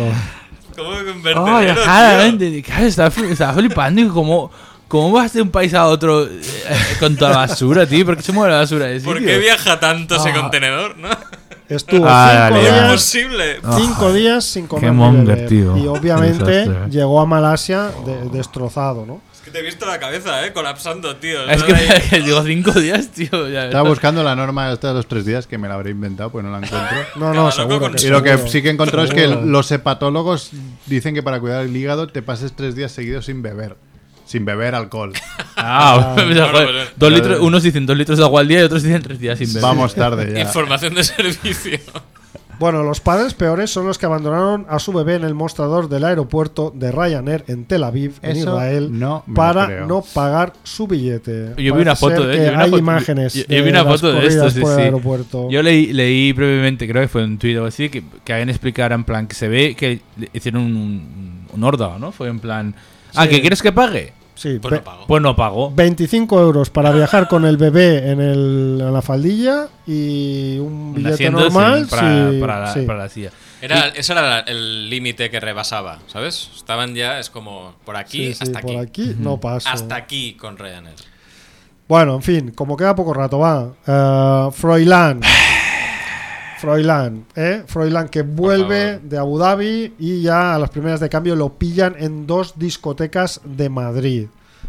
Speaker 4: ¿Cómo que un
Speaker 3: Oh,
Speaker 4: vertedero? tío?
Speaker 3: claramente, claro, estaba, fli- estaba flipando y como... ¿Cómo vas de un país a otro eh, con toda la basura, tío? ¿Por qué se mueve la basura de
Speaker 4: ¿Por
Speaker 3: sitio?
Speaker 4: qué viaja tanto ese contenedor? ¿no?
Speaker 5: Estuvo
Speaker 2: Ah, dale,
Speaker 5: cinco,
Speaker 4: Es
Speaker 2: ya.
Speaker 5: días,
Speaker 4: imposible.
Speaker 5: cinco días sin comer.
Speaker 3: Ah. Qué
Speaker 5: ni
Speaker 3: monger,
Speaker 5: beber.
Speaker 3: tío.
Speaker 5: Y obviamente
Speaker 3: Desastre. ¿eh?
Speaker 5: llegó a Malasia de- destrozado, ¿no?
Speaker 4: Es que te he visto la cabeza, ¿eh? Colapsando, tío.
Speaker 3: Es
Speaker 4: Estás ahí.
Speaker 3: <laughs> que, digo cinco días, tío. ya
Speaker 2: Estaba
Speaker 3: ves.
Speaker 2: buscando la norma esta de los tres días, que me la habré inventado, pues no la encuentro.
Speaker 5: <laughs> No,
Speaker 4: Cada
Speaker 5: no,
Speaker 4: loco
Speaker 5: seguro.
Speaker 4: con
Speaker 5: Que
Speaker 2: Y lo que
Speaker 5: seguro.
Speaker 2: sí que encontró es que
Speaker 5: Seguro.
Speaker 2: los hepatólogos dicen que para cuidar el hígado te pases tres días seguidos sin beber. Sin beber alcohol. <laughs>
Speaker 3: Ah, <laughs> me dice,
Speaker 4: Bueno,
Speaker 3: joder,
Speaker 4: pues,
Speaker 3: dos
Speaker 2: ya
Speaker 3: litros,
Speaker 2: ves.
Speaker 3: unos dicen dos litros de agua al día y otros dicen tres días sin beber.
Speaker 2: Vamos tarde ya.
Speaker 4: Información de servicio.
Speaker 5: Bueno, los padres peores son los que abandonaron a su bebé en el mostrador del aeropuerto de Ryanair en Tel Aviv, en
Speaker 2: Eso
Speaker 5: Israel,
Speaker 2: no me lo
Speaker 5: para
Speaker 2: creo.
Speaker 5: no pagar su billete.
Speaker 3: Yo vi una
Speaker 5: Parece
Speaker 3: foto
Speaker 5: ser
Speaker 3: de
Speaker 5: que
Speaker 3: yo vi una
Speaker 5: Hay
Speaker 3: foto-
Speaker 5: imágenes.
Speaker 3: yo- yo vi una
Speaker 5: las
Speaker 3: foto de esto,
Speaker 5: corridas
Speaker 3: sí,
Speaker 5: por el
Speaker 3: sí.
Speaker 5: aeropuerto.
Speaker 3: Yo leí, leí brevemente, creo que fue un tuit o así, que, que habían explicado en plan que se ve que le hicieron un, un órdago, ¿no? Fue en plan, ah,
Speaker 5: Sí.
Speaker 3: ¿que quieres que pague?
Speaker 5: Sí,
Speaker 4: Pues
Speaker 5: ve-
Speaker 4: no pago.
Speaker 3: Pues no pagó.
Speaker 5: 25 euros para viajar con el bebé en, el- en la faldilla y un
Speaker 3: Un
Speaker 5: billete
Speaker 3: asiento,
Speaker 5: normal.
Speaker 3: sí, para,
Speaker 5: sí,
Speaker 3: para la,
Speaker 5: sí.
Speaker 3: para la silla.
Speaker 4: Era, ese era la- el límite que rebasaba, ¿sabes? Estaban ya, es como por aquí
Speaker 5: Sí, sí,
Speaker 4: hasta
Speaker 5: por
Speaker 4: aquí.
Speaker 5: aquí no paso.
Speaker 4: Hasta aquí con Ryanair.
Speaker 5: Bueno, en fin, como queda poco rato, va. Eh,
Speaker 3: <sighs>
Speaker 5: Froilán. Froilán, ¿eh? Froilán que vuelve
Speaker 4: favor.
Speaker 5: de Abu Dhabi y ya a las primeras de cambio lo pillan en dos discotecas de Madrid,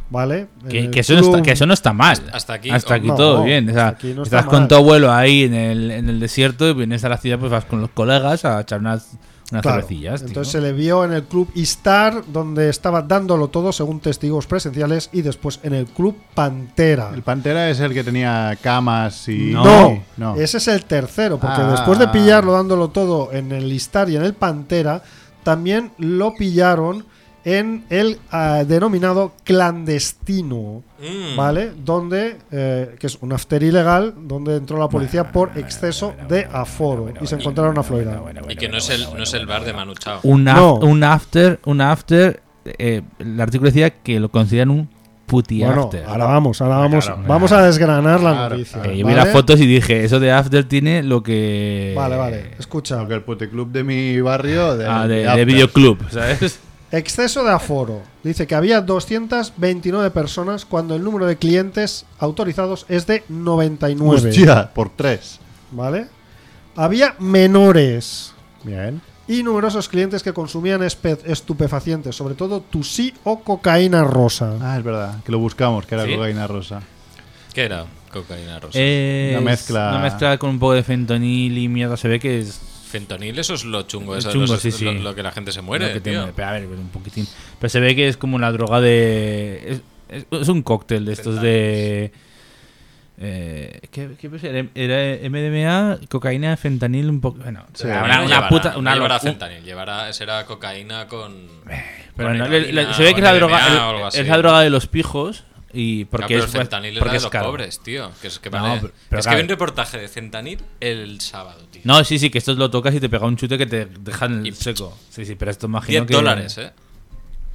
Speaker 5: ¿vale? En
Speaker 3: Que,
Speaker 5: el
Speaker 3: que eso no
Speaker 5: club-
Speaker 3: está, que eso no está mal.
Speaker 4: Hasta aquí,
Speaker 3: Hasta aquí
Speaker 5: no,
Speaker 3: todo bien. O sea,
Speaker 5: hasta aquí no está
Speaker 3: estás con
Speaker 5: mal.
Speaker 3: tu abuelo ahí en el, en el desierto y vienes a la ciudad, pues vas con los colegas a echar unas, unas
Speaker 5: Claro.
Speaker 3: cervecillas. tío.
Speaker 5: Entonces se le vio en el club Istar, donde estaba dándolo todo según testigos presenciales, y después en el club Pantera.
Speaker 2: El Pantera es el que tenía camas y...
Speaker 3: No.
Speaker 5: No,
Speaker 2: no.
Speaker 5: ese es el tercero, porque
Speaker 2: Ah.
Speaker 5: después de pillarlo dándolo todo en el Istar y en el Pantera, también lo pillaron en el ah, denominado clandestino,
Speaker 4: Mm.
Speaker 5: ¿vale? Donde, eh, que es un after ilegal, donde entró la policía por exceso de aforo y se encontraron a Florida.
Speaker 4: Y que no es el, no es el bar de Manu Chao.
Speaker 3: Un, af-
Speaker 5: No.
Speaker 3: un after, un after, eh, el artículo decía que lo consideran un puti
Speaker 5: Bueno,
Speaker 3: after.
Speaker 5: ahora vamos, ahora vamos,
Speaker 2: Claro,
Speaker 5: vamos a desgranar la
Speaker 2: Claro,
Speaker 5: noticia.
Speaker 2: claro.
Speaker 3: Eh, yo vi
Speaker 5: ¿vale?
Speaker 3: las fotos y dije, eso de after tiene lo que...
Speaker 5: Vale, vale, escucha.
Speaker 2: Lo que el puticlub de mi barrio... De,
Speaker 3: Ah, de,
Speaker 2: de
Speaker 3: de
Speaker 2: Aptas.
Speaker 3: videoclub, ¿sabes?
Speaker 5: Exceso de aforo. Dice que había 229 personas cuando el número de clientes autorizados es de 99.
Speaker 2: Hostia, por tres.
Speaker 5: ¿Vale? Había menores
Speaker 2: Bien.
Speaker 5: y numerosos clientes que consumían espe- estupefacientes, sobre todo tusí o cocaína rosa.
Speaker 2: Ah, es verdad, que lo buscamos, que era
Speaker 4: ¿Sí?
Speaker 2: cocaína rosa.
Speaker 4: ¿Qué era? Cocaína rosa.
Speaker 3: Eh,
Speaker 2: Una
Speaker 3: es
Speaker 2: mezcla-
Speaker 3: Una mezcla con un poco de fentonil y mierda. Se ve que es
Speaker 4: Fentonil, eso es lo chungo, eso es
Speaker 3: Chungo,
Speaker 4: lo-
Speaker 3: sí, sí.
Speaker 4: Lo, lo que la gente se muere,
Speaker 3: Lo que te
Speaker 4: tío.
Speaker 3: muere. Pero a ver, pero un poquitín. Pero se ve que es como una droga de. Es, es- es un cóctel de estos de. Eh, ¿Qué, qué pues era? Era MDMA, cocaína, fentanil, un poco. Bueno,
Speaker 2: Sí.
Speaker 3: era
Speaker 4: Bueno,
Speaker 3: una,
Speaker 4: no
Speaker 3: una
Speaker 4: llevará-
Speaker 3: puta.
Speaker 4: no
Speaker 3: Una Eh,
Speaker 4: llevará
Speaker 3: lo-
Speaker 4: fentanil, llevará, será cocaína con.
Speaker 3: pero
Speaker 4: con
Speaker 3: no, le- le-
Speaker 4: heroína,
Speaker 3: se ve que es
Speaker 4: con
Speaker 3: la,
Speaker 4: MDMA o
Speaker 3: droga,
Speaker 4: algo
Speaker 3: es
Speaker 4: así.
Speaker 3: la droga de los pijos. Y porque
Speaker 4: Claro, pero
Speaker 3: es,
Speaker 4: el fentanil
Speaker 3: porque
Speaker 4: es la de
Speaker 3: es
Speaker 4: los
Speaker 3: caro.
Speaker 4: pobres, tío. Que es que,
Speaker 3: No,
Speaker 4: vale.
Speaker 3: pero- pero
Speaker 4: es
Speaker 3: claro.
Speaker 4: que vi un reportaje de fentanil el sábado, tío.
Speaker 3: No, sí, sí, que esto lo tocas y te pega un chute que te dejan el
Speaker 4: Y-
Speaker 3: seco. Sí, sí, pero esto imagino
Speaker 4: 10
Speaker 3: que.
Speaker 4: dólares, ¿eh?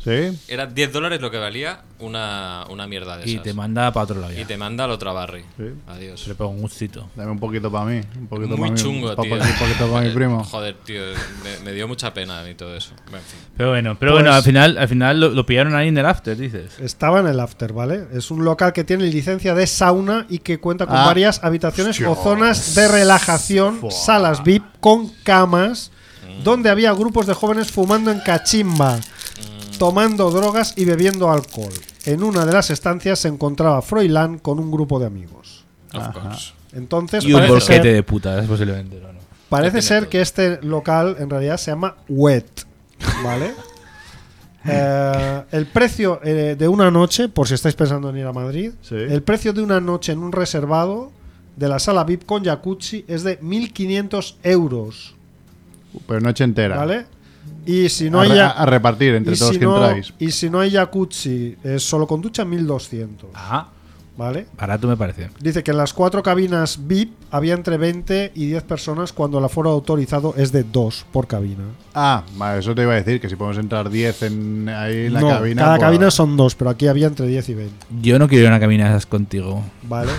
Speaker 2: Sí.
Speaker 4: Era 10 dólares lo que valía una, una mierda de
Speaker 3: Y
Speaker 4: esas.
Speaker 3: te manda para otro lado.
Speaker 4: y
Speaker 3: ya.
Speaker 4: te manda al otro barri.
Speaker 2: Sí.
Speaker 4: Adiós.
Speaker 3: Se le pega un gustito.
Speaker 2: Dame un poquito para mí. Un poquito
Speaker 4: Muy
Speaker 2: pa' mí,
Speaker 4: chungo,
Speaker 2: pa-
Speaker 4: tío.
Speaker 2: pa- Un poquito
Speaker 4: <laughs>
Speaker 2: para mi primo.
Speaker 4: Joder, tío, me, me dio mucha pena a mí todo eso. Bueno, en fin.
Speaker 3: Pero bueno, pero
Speaker 5: Pues-
Speaker 3: bueno, al final, al final lo, lo pillaron ahí en el after, dices.
Speaker 5: Estaba en el after, ¿vale? Es un local que tiene licencia de sauna y que cuenta con
Speaker 2: Ah.
Speaker 5: varias habitaciones o
Speaker 2: Hostia.
Speaker 5: zonas de relajación,
Speaker 2: Fua.
Speaker 5: salas VIP con camas, donde había grupos de jóvenes fumando en cachimba, tomando drogas y bebiendo alcohol. En una de las estancias se encontraba Froilán con un grupo de amigos.
Speaker 4: Of course.
Speaker 5: Entonces
Speaker 3: Y un
Speaker 5: parece ser-
Speaker 3: bolquete de putas, posiblemente. ¿no? no.
Speaker 5: Parece
Speaker 4: Tiene
Speaker 5: ser
Speaker 4: todo.
Speaker 5: que este local en realidad se llama Wet,
Speaker 2: <laughs>
Speaker 5: ¿vale? Eh, el precio eh, de una noche, por si estáis pensando en ir a Madrid,
Speaker 2: Sí.
Speaker 5: el precio de una noche en un reservado de la sala VIP con jacuzzi es de 1.500 euros,
Speaker 2: Pero noche entera.
Speaker 5: ¿vale? Y si no
Speaker 2: a,
Speaker 5: hay,
Speaker 2: re-
Speaker 5: ya-
Speaker 2: a repartir entre
Speaker 5: y
Speaker 2: todos
Speaker 5: si
Speaker 2: que
Speaker 5: no-
Speaker 2: entráis.
Speaker 5: y si no hay jacuzzi, es solo con ducha 1.200,
Speaker 3: Ajá,
Speaker 5: ¿vale?
Speaker 3: barato me parece.
Speaker 5: Dice que en las cuatro cabinas VIP había entre 20 y 10 personas cuando el aforo autorizado es de 2 por cabina.
Speaker 2: Ah, vale, eso te iba a decir, que si podemos entrar 10 en, ahí en la
Speaker 5: No,
Speaker 2: cabina.
Speaker 5: Cada
Speaker 2: pues-
Speaker 5: cabina son dos, pero aquí había entre 10 y 20.
Speaker 3: Yo no quiero ir a una cabina de esas contigo.
Speaker 2: <laughs>
Speaker 5: Vale.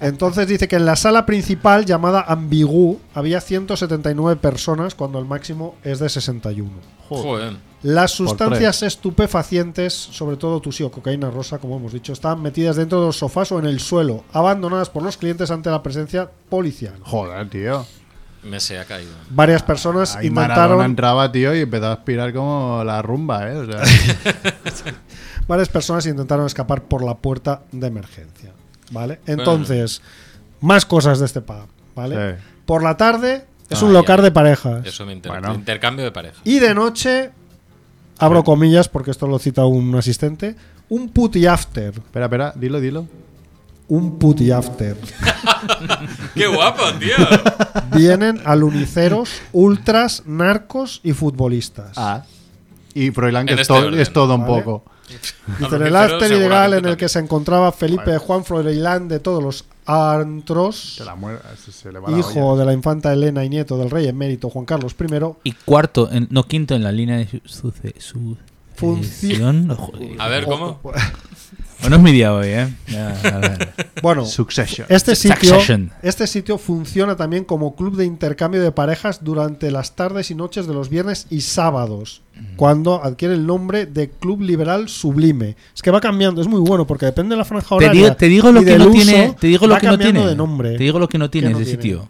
Speaker 5: Entonces dice que en la sala principal llamada Ambigu había 179 personas cuando el máximo es de 61.
Speaker 4: Joder.
Speaker 5: Las sustancias estupefacientes, sobre todo tusí o cocaína rosa, como hemos dicho, estaban metidas dentro de los sofás o en el suelo, abandonadas por los clientes ante la presencia policial.
Speaker 2: Joder, tío.
Speaker 4: Me se ha caído.
Speaker 5: Varias personas
Speaker 2: Ahí Maradona
Speaker 5: intentaron
Speaker 2: entraba, tío, y empezaba a aspirar como la rumba, ¿eh? O
Speaker 5: <laughs>
Speaker 2: sea,
Speaker 5: Varias personas intentaron escapar por la puerta de emergencia. ¿Vale? Entonces, más cosas de este pub. ¿Vale?
Speaker 2: Sí.
Speaker 5: Por la tarde es
Speaker 4: Ah,
Speaker 5: un local
Speaker 4: ya.
Speaker 5: de parejas.
Speaker 4: Eso me interesa.
Speaker 2: Bueno.
Speaker 4: Intercambio de pareja.
Speaker 5: Pues Y de noche, abro comillas porque esto lo cita un asistente, un putty after.
Speaker 2: espera, espera, dilo, dilo.
Speaker 5: Un putty
Speaker 2: <laughs>
Speaker 5: after.
Speaker 4: ¡Qué guapo, tío!
Speaker 5: Vienen aluniceros, ultras, narcos y futbolistas.
Speaker 2: Ah. Y Froilán, que
Speaker 4: En
Speaker 2: es,
Speaker 4: este
Speaker 2: to-
Speaker 4: orden.
Speaker 2: es todo un
Speaker 5: Vale.
Speaker 2: poco.
Speaker 5: Dice, en el after ilegal en el que se encontraba Felipe Juan Froilán de todos los antros.
Speaker 2: Se la muer-
Speaker 5: ah,
Speaker 2: se- se le va la
Speaker 5: hijo
Speaker 2: olla.
Speaker 5: de la infanta Elena y nieto del rey emérito Juan Carlos I,
Speaker 3: Y cuarto, en- no quinto en la línea de su, suce- su-
Speaker 5: Función.
Speaker 3: sucesión. Joder.
Speaker 4: A ver, ¿cómo?
Speaker 3: Bueno, es mi día hoy, ¿eh? Ya, a ver.
Speaker 5: <laughs> bueno,
Speaker 2: Succession.
Speaker 5: este sitio,
Speaker 3: Succession.
Speaker 5: este sitio funciona también como club de intercambio de parejas durante las tardes y noches de los viernes y sábados,
Speaker 3: Mm.
Speaker 5: cuando adquiere el nombre de Club Liberal Sublime. Es que va cambiando, es muy bueno porque depende de la franja
Speaker 3: Te
Speaker 5: horaria.
Speaker 3: digo, te digo
Speaker 5: y
Speaker 3: lo que
Speaker 5: del
Speaker 3: no
Speaker 5: uso,
Speaker 3: tiene. Te digo lo
Speaker 5: va
Speaker 3: que no
Speaker 5: cambiando
Speaker 3: tiene.
Speaker 5: de nombre.
Speaker 3: Te digo lo que no tiene
Speaker 5: ¿Qué no
Speaker 3: ese
Speaker 5: tiene?
Speaker 3: sitio.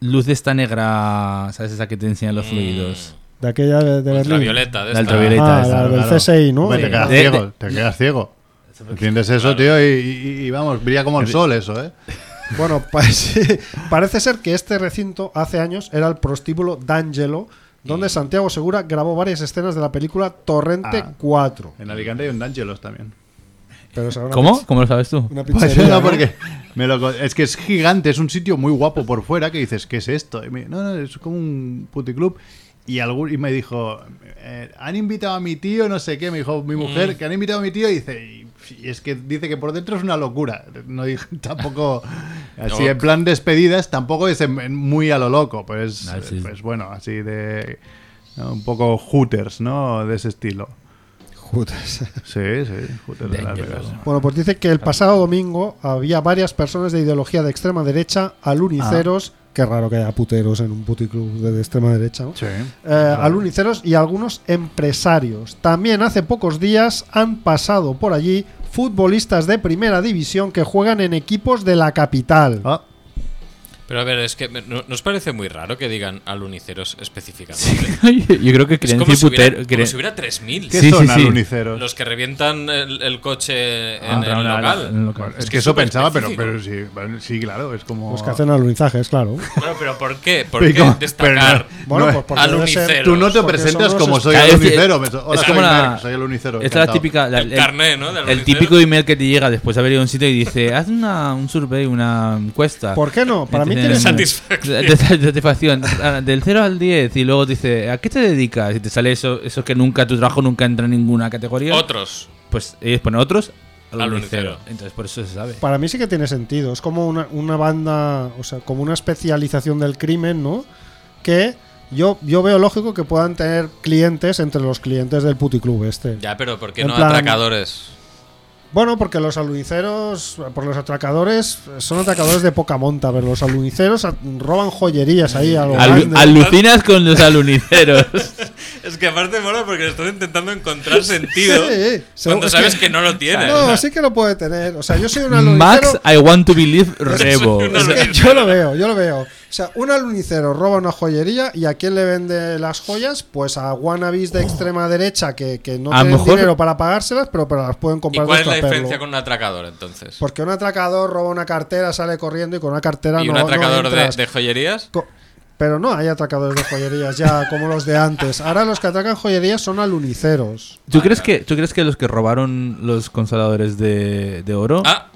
Speaker 3: Luz de esta negra, ¿sabes? Esa que te enseñan
Speaker 4: Mm.
Speaker 3: los fluidos.
Speaker 5: De aquella de, de Berlín.
Speaker 4: Ultravioleta, de esta.
Speaker 3: La ultravioleta.
Speaker 5: Ah,
Speaker 3: esa,
Speaker 5: la del
Speaker 2: claro.
Speaker 5: CSI, ¿no? Eh,
Speaker 2: Hombre, te
Speaker 3: Sí.
Speaker 2: quedas
Speaker 3: De-
Speaker 2: ciego, te quedas ciego. Entiendes eso, tío, y, y- y vamos, brilla como el sol eso, ¿eh?
Speaker 5: Bueno, <laughs> pa- sí, parece ser que este recinto hace años era el prostíbulo D'Angelo, donde Santiago Segura grabó varias escenas de la película Torrente
Speaker 2: Ah.
Speaker 5: 4.
Speaker 2: En Alicante hay un D'Angelos también.
Speaker 5: Pero será una
Speaker 3: ¿Cómo?
Speaker 5: pizz-
Speaker 3: ¿Cómo lo sabes tú? <laughs>
Speaker 2: <laughs>
Speaker 5: Una
Speaker 2: Pues
Speaker 5: pizzería,
Speaker 2: no,
Speaker 5: ¿no?
Speaker 2: porque me lo co- es que es gigante, es un sitio muy guapo por fuera que dices, ¿qué es esto? Y me- no, no, es como un puticlub. Y, algún, y me dijo, eh, han invitado a mi tío, no sé qué, me dijo mi mujer, que han invitado a mi tío y dice, y, y es que dice que por dentro es una locura. No dije <laughs> tampoco, así
Speaker 4: No.
Speaker 2: en plan despedidas, tampoco es en- en muy a lo loco, pero es,
Speaker 3: Ah, sí.
Speaker 2: pues bueno, así de ¿no? un poco hooters, ¿no? De ese estilo. Sí, sí, hooters de Las
Speaker 3: D'Angelo.
Speaker 2: Vegas.
Speaker 5: Bueno, pues dice que el pasado domingo había varias personas de ideología de extrema derecha, aluniceros, qué raro que haya puteros en un puticlub de, de extrema derecha, ¿no?
Speaker 2: Sí.
Speaker 5: Eh, aluniceros y algunos empresarios. También hace pocos días han pasado por allí Ah, futbolistas de primera división que juegan en equipos de la capital.
Speaker 2: Ah,
Speaker 4: Pero a ver, es que me- no- nos parece muy raro que digan aluniceros específicamente.
Speaker 3: Yo creo que
Speaker 4: Es
Speaker 3: creen
Speaker 4: como si, hubiera,
Speaker 3: Putero.
Speaker 4: como si hubiera 3.000.
Speaker 2: ¿Qué
Speaker 3: Sí,
Speaker 2: son
Speaker 3: sí, sí.
Speaker 2: aluniceros?
Speaker 4: Los que revientan el, el coche en
Speaker 3: Ah,
Speaker 4: el
Speaker 3: no, no,
Speaker 4: local.
Speaker 3: no, no,
Speaker 2: Bueno, es
Speaker 4: Es
Speaker 2: que eso
Speaker 4: súper
Speaker 2: pensaba, pero,
Speaker 4: específico.
Speaker 2: pero sí, bueno, sí, claro, es como.
Speaker 5: Los pues que hacen alunizajes, claro.
Speaker 4: Bueno, pero ¿por qué?
Speaker 2: <laughs>
Speaker 4: ¿Por
Speaker 2: Pero
Speaker 4: qué
Speaker 2: como-
Speaker 4: destacar?
Speaker 2: pero
Speaker 5: <laughs> Bueno,
Speaker 2: No,
Speaker 5: pues porque debe ser-
Speaker 4: aluniceros.
Speaker 2: Tú no te
Speaker 5: Porque
Speaker 2: presentas
Speaker 5: somos
Speaker 2: como
Speaker 5: es-
Speaker 2: soy
Speaker 3: Claro, es-
Speaker 2: alunicero. me- Hola,
Speaker 3: es
Speaker 2: soy
Speaker 3: como la-
Speaker 2: Merck, soy alunicero.
Speaker 3: Esta es la
Speaker 2: encantado.
Speaker 3: típica. la-
Speaker 4: El carné, ¿no? De
Speaker 3: el
Speaker 4: aluniceros.
Speaker 3: típico email que te llega después de haber ido a un sitio y dice: haz una, un survey, una encuesta.
Speaker 5: ¿Por qué no? Para mí
Speaker 3: De-
Speaker 5: tiene
Speaker 3: de-
Speaker 4: Satisfacción.
Speaker 3: de satisfacción. <laughs> Ah, Del 0 al 10 y luego te dice, ¿a qué te dedicas? Y te sale eso, eso que nunca, tu trabajo nunca entra en ninguna categoría.
Speaker 4: Otros.
Speaker 3: Pues ellos ponen otros al
Speaker 4: Al
Speaker 3: unicero.
Speaker 4: unicero.
Speaker 3: Entonces por eso se sabe.
Speaker 5: Para mí sí que tiene sentido. Es como una, una banda, o sea, como una especialización del crimen, ¿no? Que yo, yo veo lógico que puedan tener clientes entre los clientes del puticlub este.
Speaker 4: Ya, pero ¿por qué
Speaker 5: En
Speaker 4: no
Speaker 5: plan-
Speaker 4: atracadores?
Speaker 5: Bueno, porque los aluniceros, por los atracadores, son atracadores de poca monta, pero los aluniceros a- roban joyerías ahí a lo
Speaker 3: Alu-
Speaker 5: grande.
Speaker 3: alucinas con los aluniceros.
Speaker 4: Es que aparte mola porque le estás intentando encontrar sentido
Speaker 5: Sí, sí.
Speaker 4: cuando
Speaker 5: Es
Speaker 4: sabes
Speaker 5: que-
Speaker 4: que no lo tiene.
Speaker 5: No, sí que lo puede tener. O sea, yo soy un alunicero.
Speaker 3: Max, I want to believe Rebo.
Speaker 4: Soy un
Speaker 5: Es que
Speaker 4: <laughs> alunicero.
Speaker 5: yo lo veo, yo lo veo. O sea, un alunicero roba una joyería y a quién le vende las joyas, pues a wannabis de extrema derecha que, que no
Speaker 3: A lo
Speaker 5: tienen
Speaker 3: mejor-
Speaker 5: dinero para pagárselas, pero, pero las pueden
Speaker 4: ¿Y
Speaker 5: comprar
Speaker 4: cuál es la
Speaker 5: de extraperlo.
Speaker 4: diferencia con un atracador entonces?
Speaker 5: Porque un atracador roba una cartera, sale corriendo y con una cartera
Speaker 4: ¿Y
Speaker 5: no
Speaker 4: un atracador
Speaker 5: no
Speaker 4: de,
Speaker 5: entras.
Speaker 4: de joyerías?
Speaker 5: Co- Pero no hay atracadores de joyerías ya como los de antes. Ahora los que atracan joyerías son aluniceros.
Speaker 3: ¿Tú crees, que, ¿Tú crees que los que robaron los consoladores de, de oro,
Speaker 4: Ah,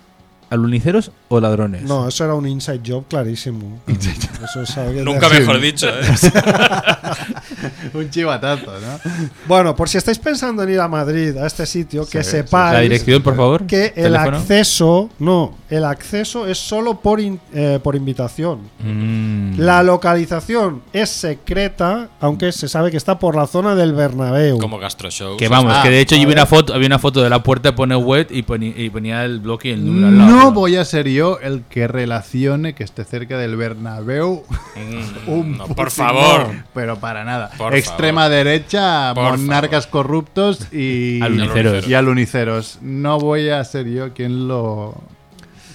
Speaker 3: aluniceros o ladrones?
Speaker 5: No, eso era un inside job clarísimo. Eso es alguien de-
Speaker 4: nunca mejor dicho, ¿eh?
Speaker 2: <laughs> Un chivatazo, ¿no?
Speaker 5: Bueno, por si estáis pensando en ir a Madrid, a este sitio, que
Speaker 3: La
Speaker 5: sepáis
Speaker 3: dirección, por favor.
Speaker 5: que el
Speaker 3: Teléfono.
Speaker 5: acceso, no, el acceso es solo por, in- eh, por invitación.
Speaker 3: Mm.
Speaker 5: La localización es secreta, aunque se sabe que está por la zona del Bernabéu.
Speaker 4: Como gastroshow.
Speaker 3: Que vamos,
Speaker 2: Ah,
Speaker 3: que de hecho
Speaker 2: a
Speaker 3: yo vi
Speaker 2: ver.
Speaker 3: una foto, había una foto de la puerta, pone web y, poni- y ponía el bloque y el número. al lado,
Speaker 2: No voy a ser yo el que relacione que esté cerca del Bernabéu. un
Speaker 4: Mm, no,
Speaker 2: Putin,
Speaker 4: por favor.
Speaker 2: no, pero para nada.
Speaker 4: Por
Speaker 2: Extrema
Speaker 4: favor.
Speaker 2: derecha,
Speaker 4: Por
Speaker 2: monarcas corruptos y
Speaker 3: Aluniceros.
Speaker 2: y aluniceros. No voy a ser yo quien lo.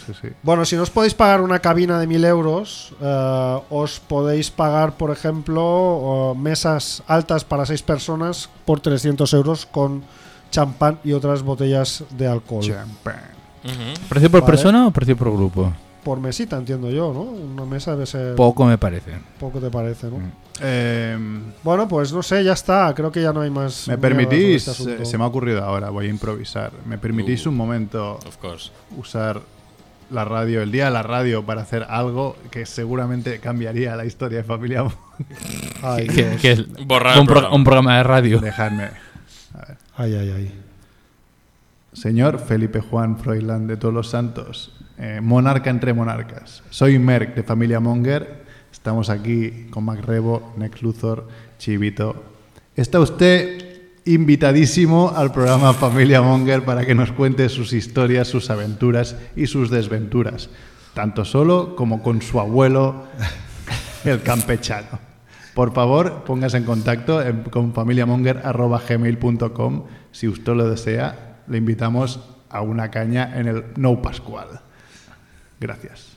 Speaker 2: Sí, sí.
Speaker 5: Bueno, si no os podéis pagar una cabina de 1000 euros, eh, os podéis pagar, por ejemplo, o mesas altas para 6 personas por 300 euros con champán y otras botellas de alcohol.
Speaker 2: Champán.
Speaker 4: Ujú.
Speaker 3: ¿Precio por
Speaker 5: Vale.
Speaker 3: persona o precio por grupo?
Speaker 5: Por mesita, entiendo yo, ¿no? Una mesa debe ser...
Speaker 3: Poco me parece.
Speaker 5: poco te parece, ¿no?
Speaker 2: Mm. Eh,
Speaker 5: Bueno, pues no sé, ya está. Creo que ya no hay más...
Speaker 2: ¿Me
Speaker 5: mierda sobre
Speaker 2: permitís?
Speaker 5: este asunto.
Speaker 2: eh, se me ha ocurrido ahora, voy a improvisar. ¿Me permitís
Speaker 4: Uh.
Speaker 2: un momento
Speaker 4: Of course.
Speaker 2: usar la radio, el día de la radio, para hacer algo que seguramente cambiaría la historia de Familia
Speaker 5: <laughs>
Speaker 2: Monger?
Speaker 5: Ay,
Speaker 3: Que-
Speaker 5: Dios.
Speaker 3: que es
Speaker 4: Borrar el
Speaker 3: un, pro-
Speaker 4: programa.
Speaker 3: un programa de radio.
Speaker 2: Dejadme.
Speaker 5: ay, ay, ay.
Speaker 2: Señor Felipe Juan Froilán de todos los santos, eh, monarca entre monarcas. Soy Merck de Familia Monger. Estamos aquí con Mac Rebo, Nex Luthor, Chivito. Está usted invitadísimo al programa Familia Monger para que nos cuente sus historias, sus aventuras y sus desventuras, tanto solo como con su abuelo, el campechano. Por favor, póngase en contacto en- con familiamonger.gmail.com si usted lo desea. Le invitamos a una caña en el No Pascual. Gracias.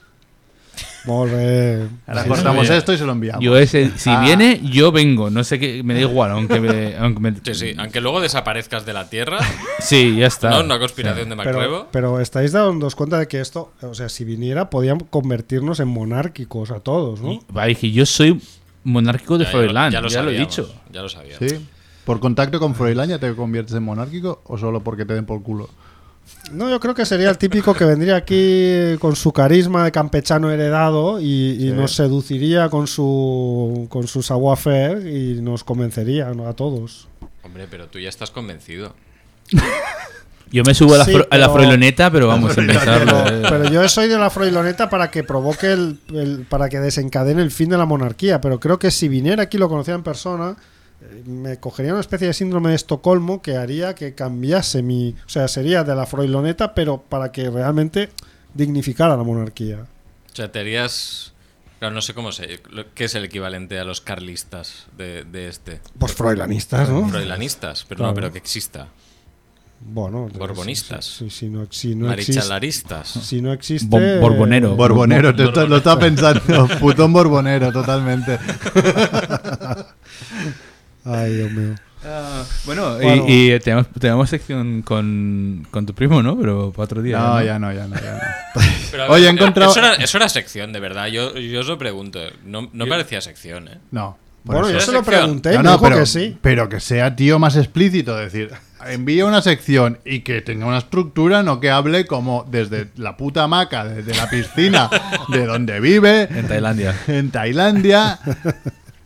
Speaker 5: Molt bé.
Speaker 2: Ahora
Speaker 3: Sí,
Speaker 2: cortamos
Speaker 3: sí.
Speaker 2: esto y se lo enviamos.
Speaker 3: Yo ese, si
Speaker 2: Ah.
Speaker 3: viene, yo vengo. No sé qué, me da igual, aunque me. aunque me-
Speaker 4: Sí, sí. Aunque luego desaparezcas de la Tierra,
Speaker 3: Sí, ya está.
Speaker 4: ¿no? Una conspiración de
Speaker 5: Pero,
Speaker 4: Macrevo.
Speaker 5: pero estáis dándoos cuenta de que esto, o sea, si viniera, podían convertirnos en monárquicos a todos, ¿no?
Speaker 3: Va, dije, yo soy monárquico de
Speaker 4: Ya- ya lo-
Speaker 3: Froilán, ya, lo, he
Speaker 4: sabíamos,
Speaker 3: dicho.
Speaker 4: Ya lo sabía.
Speaker 2: ¿Sí? ¿Por contacto con Froilán ya te conviertes en monárquico o solo porque te den por culo?
Speaker 5: No, yo creo que sería el típico que vendría aquí con su carisma de campechano heredado y, y
Speaker 2: Sí.
Speaker 5: nos seduciría con su con su savoir-faire y nos convencería ¿no? a todos.
Speaker 4: Hombre, pero tú ya estás convencido.
Speaker 3: Yo me subo a la,
Speaker 5: Sí,
Speaker 3: fro- a la
Speaker 5: pero-
Speaker 3: Froiloneta, pero vamos, sin pensarlo.
Speaker 5: Pero,
Speaker 3: eh.
Speaker 5: pero yo soy de la froiloneta para que provoque el, el- para que desencadene el fin de la monarquía, pero creo que si viniera aquí y lo conocía en persona eh, me cogería una especie de síndrome de Estocolmo que haría que cambiase mi, o sea, sería de la froiloneta pero para que realmente dignificara la monarquía.
Speaker 4: O sea, te harías. Claro, no sé cómo sé. lo- ¿Qué es el equivalente a los carlistas de, de este?
Speaker 5: Pues froilanistas, ¿no?
Speaker 4: Froilanistas, pero no,
Speaker 5: Claro.
Speaker 4: pero que exista.
Speaker 5: Bueno,
Speaker 4: Borbonistas.
Speaker 5: Si, si- si no, si no existe.
Speaker 4: Marichalaristas.
Speaker 5: Si no existe.
Speaker 3: Bo- borbonero.
Speaker 2: Borbonero, te está- lo estaba pensando. Putón borbonero, totalmente.
Speaker 5: Ay, Dios mío.
Speaker 3: Ah, bueno, y-
Speaker 5: Bueno.
Speaker 3: y, tenemos, tenemos sección con, con tu primo, ¿no? Pero para otro día.
Speaker 2: No,
Speaker 3: ¿no?
Speaker 2: ya no, ya no. ya no.
Speaker 4: Pero, a
Speaker 2: Oye,
Speaker 4: ver, eh,
Speaker 2: he encontrado-
Speaker 4: Eso era, eso era sección, de verdad. Yo, yo os lo pregunto. eh. No, no parecía sección, ¿eh?
Speaker 2: No, por
Speaker 5: Bueno,
Speaker 2: eso.
Speaker 5: yo
Speaker 4: eso.
Speaker 5: se lo
Speaker 4: Sección.
Speaker 5: pregunté y
Speaker 2: No,
Speaker 5: me
Speaker 2: no,
Speaker 5: dijo
Speaker 2: pero,
Speaker 5: que sí.
Speaker 2: pero que sea tío más explícito, decir, envía una sección y que tenga una estructura, no que hable como desde la puta hamaca, desde la piscina, de donde vive,
Speaker 3: En Tailandia.
Speaker 2: en Tailandia.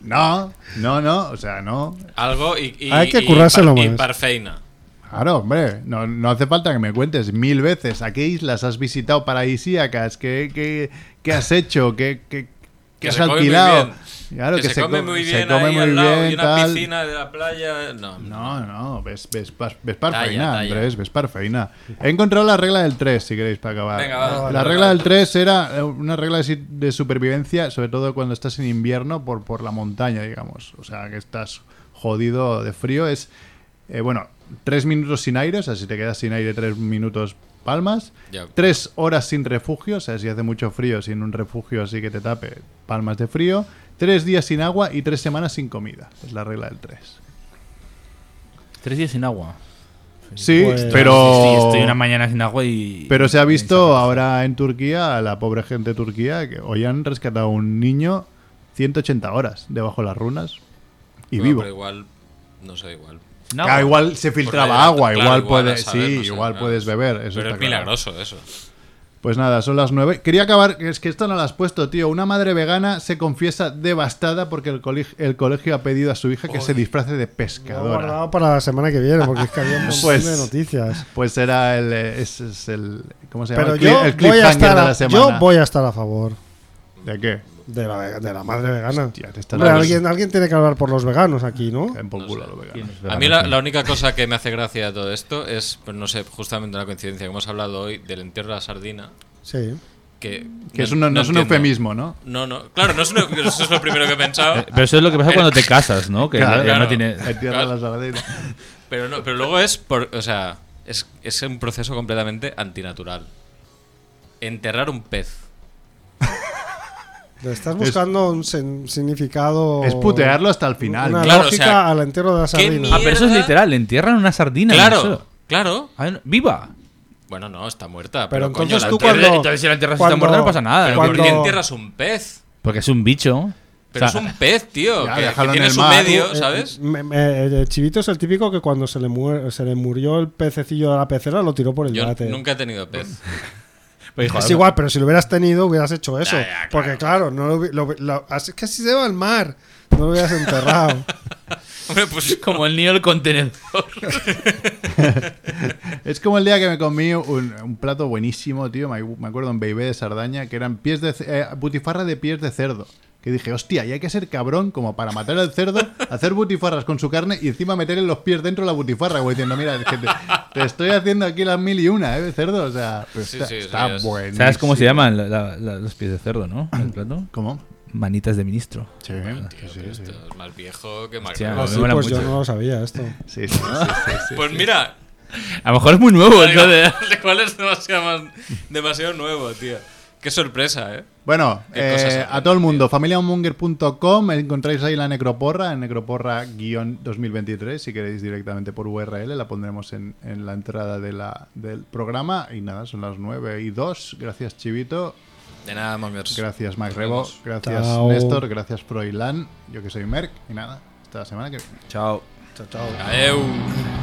Speaker 2: No, no, no, o sea, no.
Speaker 4: Algo y. y-
Speaker 5: Hay que
Speaker 4: y
Speaker 5: currárselo
Speaker 4: par- y
Speaker 5: más.
Speaker 4: parfeina.
Speaker 2: Claro, hombre, no, no hace falta que me cuentes mil veces a qué islas has visitado paradisíacas, qué, qué, qué has hecho, qué, qué- qué
Speaker 4: Que
Speaker 2: has
Speaker 4: se come muy
Speaker 2: alquilado.
Speaker 4: bien.
Speaker 2: Claro,
Speaker 4: que, se come
Speaker 2: co-
Speaker 4: muy
Speaker 2: se
Speaker 4: bien
Speaker 2: come
Speaker 4: ahí
Speaker 2: muy
Speaker 4: al lado
Speaker 2: bien,
Speaker 4: y una
Speaker 2: tal.
Speaker 4: piscina de la playa. No,
Speaker 2: No, no, ves, ves, pas- ves
Speaker 4: Talla,
Speaker 2: parfeina,
Speaker 4: talla.
Speaker 2: Andrés, ves parfeina. He encontrado la regla del 3, si queréis, para acabar.
Speaker 4: Venga, va.
Speaker 2: La regla del 3 era eh, una regla de si- de supervivencia, sobre todo cuando estás en invierno por, por la montaña, digamos. O sea, que estás jodido de frío. Es, eh, bueno, 3 minutos sin aire, o sea, si te quedas sin aire 3 minutos palmas.
Speaker 4: Ya.
Speaker 2: 3 horas sin refugio, o sea, si hace mucho frío, sin un refugio así que te tape, palmas de frío. 3 días sin agua y 3 semanas sin comida. Es la regla del 3.
Speaker 3: Tres días sin agua.
Speaker 2: Sí,
Speaker 5: Pues-
Speaker 2: pero,
Speaker 3: Eh, Sí, sí, estoy una mañana sin agua y.
Speaker 2: pero se ha visto
Speaker 3: y-
Speaker 2: ahora en Turquía, a la pobre gente de Turquía, que hoy han rescatado a un niño 180 horas debajo de las runas y
Speaker 4: Bueno,
Speaker 2: vivo.
Speaker 4: Pero igual. No sé, igual.
Speaker 3: No.
Speaker 2: Ah, igual se filtraba
Speaker 4: Porque,
Speaker 2: agua,
Speaker 4: claro,
Speaker 2: igual,
Speaker 4: igual,
Speaker 2: puedes,
Speaker 4: a saber,
Speaker 2: sí,
Speaker 4: no sé,
Speaker 2: igual
Speaker 4: claro.
Speaker 2: puedes beber. eso
Speaker 4: Pero
Speaker 2: está
Speaker 4: es
Speaker 2: claro.
Speaker 4: milagroso eso.
Speaker 2: Pues nada, son las 9. Quería acabar, es que esto no lo has puesto, tío. Una madre vegana se confiesa devastada porque el, coleg- el colegio ha pedido a su hija que se disfrace de
Speaker 5: Lo he
Speaker 2: pescadora.
Speaker 5: guardado para la semana que viene, porque es que había un montón
Speaker 2: Pues-
Speaker 5: de noticias.
Speaker 2: Pues era el, eh, ese es el ¿cómo se llama?
Speaker 5: Pero
Speaker 2: el, cli- el
Speaker 5: yo, voy a
Speaker 2: cliffhanger
Speaker 5: estar
Speaker 2: de
Speaker 5: a,
Speaker 2: la semana.
Speaker 5: yo voy a estar a favor
Speaker 2: ¿De qué?
Speaker 5: de la, vega- de la madre vegana.
Speaker 2: Hostia, te estás
Speaker 5: Hombre,
Speaker 2: dando-
Speaker 5: alguien, alguien tiene que hablar por los veganos aquí, ¿no?
Speaker 2: Caen por culo los veganos.
Speaker 4: A mí la, la única cosa que me hace gracia de todo esto es, pues no sé, justamente una coincidencia que hemos hablado hoy del entierro de la sardina.
Speaker 5: Sí.
Speaker 4: Que,
Speaker 2: Que es un- no, es un
Speaker 4: entiendo.
Speaker 2: eufemismo, ¿no?
Speaker 4: No, no, claro, no es un eufemismo, eso es lo primero que he
Speaker 2: <laughs>
Speaker 4: pensado.
Speaker 3: Eh, Pero eso es lo que pasa cuando te casas, ¿no? Que
Speaker 2: Claro,
Speaker 3: ya
Speaker 4: claro.
Speaker 3: no tiene.
Speaker 2: El tierra de las sardinas.
Speaker 4: Pero, no, pero luego es, por, o sea, es, es un proceso completamente antinatural. Enterrar un pez.
Speaker 5: Le estás buscando un sen- significado.
Speaker 2: Es putearlo hasta el final.
Speaker 5: Una
Speaker 4: Claro, o
Speaker 5: lógica
Speaker 4: sea,
Speaker 5: al entierro de la
Speaker 4: ¿qué
Speaker 5: sardina.
Speaker 3: Ah, pero eso es
Speaker 4: Mierda.
Speaker 3: literal, entierran una sardina. en el suelo.
Speaker 4: Claro, claro.
Speaker 3: Ah, no, ¡Viva!
Speaker 4: Bueno, no, está muerta.
Speaker 5: Pero
Speaker 4: Pero,
Speaker 5: entonces
Speaker 4: coño,
Speaker 5: tú
Speaker 4: la entierras-
Speaker 5: cuando-
Speaker 3: Entonces, si la entierras
Speaker 5: cuando-
Speaker 3: está muerta, no pasa nada.
Speaker 4: Pero
Speaker 5: cuando-
Speaker 4: ¿por qué entierras un pez?
Speaker 3: Porque es un bicho.
Speaker 4: Pero
Speaker 3: O sea,
Speaker 4: es un pez, tío.
Speaker 2: Ya,
Speaker 4: que- que,
Speaker 2: déjalo en
Speaker 4: tiene
Speaker 2: el
Speaker 4: su
Speaker 2: mar.
Speaker 4: medio,
Speaker 5: Eh,
Speaker 4: ¿sabes?
Speaker 5: me- me- eh, Chivito es el típico que cuando se le, muer- se le murió el pececillo de la pecera lo tiró por el
Speaker 4: Yo
Speaker 5: bate.
Speaker 4: nunca he tenido pez. <laughs>
Speaker 3: pues,
Speaker 5: Es
Speaker 3: joder,
Speaker 5: igual, pero si lo hubieras tenido hubieras hecho eso.
Speaker 4: Ya, ya, claro.
Speaker 5: Porque claro, no lo hubi- lo- lo- así es que así se va al mar. No lo
Speaker 4: <laughs>
Speaker 5: hubieras enterrado.
Speaker 4: Hombre, pues
Speaker 3: Como el niño del contenedor.
Speaker 2: <laughs> Es como el día que me comí un, un plato buenísimo, tío. Me, me acuerdo en Baby de Sardaña, que eran pies de ce- eh, butifarra de pies de cerdo. Que dije, hostia, y hay que ser cabrón como para matar al cerdo, <laughs> hacer butifarras con su carne y encima meterle los pies dentro de la butifarra, güey, diciendo, mira, es que te, te estoy haciendo aquí las mil y una, ¿eh, cerdo? O sea, pero
Speaker 4: Sí,
Speaker 2: está,
Speaker 4: sí, sí,
Speaker 2: está
Speaker 4: es-
Speaker 2: buenísimo.
Speaker 3: ¿Sabes cómo se llaman la- la- la- los pies de cerdo, no? El
Speaker 2: <clears throat>
Speaker 3: plato.
Speaker 2: ¿Cómo?
Speaker 3: Manitas de ministro.
Speaker 2: Sí, sí, sí, sí.
Speaker 4: Esto es más viejo que más
Speaker 3: Hostia,
Speaker 4: grande.
Speaker 3: me
Speaker 5: Así
Speaker 3: mola
Speaker 5: pues yo
Speaker 3: mucho.
Speaker 5: no lo sabía esto.
Speaker 2: Sí, sí, sí, sí, sí. Pues
Speaker 4: Pues
Speaker 2: <laughs>
Speaker 4: mira,
Speaker 3: A lo mejor es muy nuevo,
Speaker 4: Vale,
Speaker 3: entonces.
Speaker 4: <laughs> vale, ¿Cuál es demasiado, más- demasiado nuevo, tío? Qué sorpresa, ¿eh?
Speaker 2: Bueno,
Speaker 4: Qué cosas
Speaker 2: eh, a
Speaker 4: aprenden,
Speaker 2: todo el mundo, familiaomunger.com, encontráis ahí la necroporra, en necroporra-2023, si queréis directamente por URL, la pondremos en, en la entrada de la- del programa. Y nada, son las 9 y 2. Gracias Chivito,
Speaker 4: De nada, Mongers.
Speaker 2: gracias Mac Rebo,
Speaker 4: vemos.
Speaker 2: gracias
Speaker 5: Chao.
Speaker 2: Néstor, gracias Froilán, yo que soy Merck, y nada, hasta la semana que viene.
Speaker 3: Chao.
Speaker 5: Chao, chao.
Speaker 4: Adeu.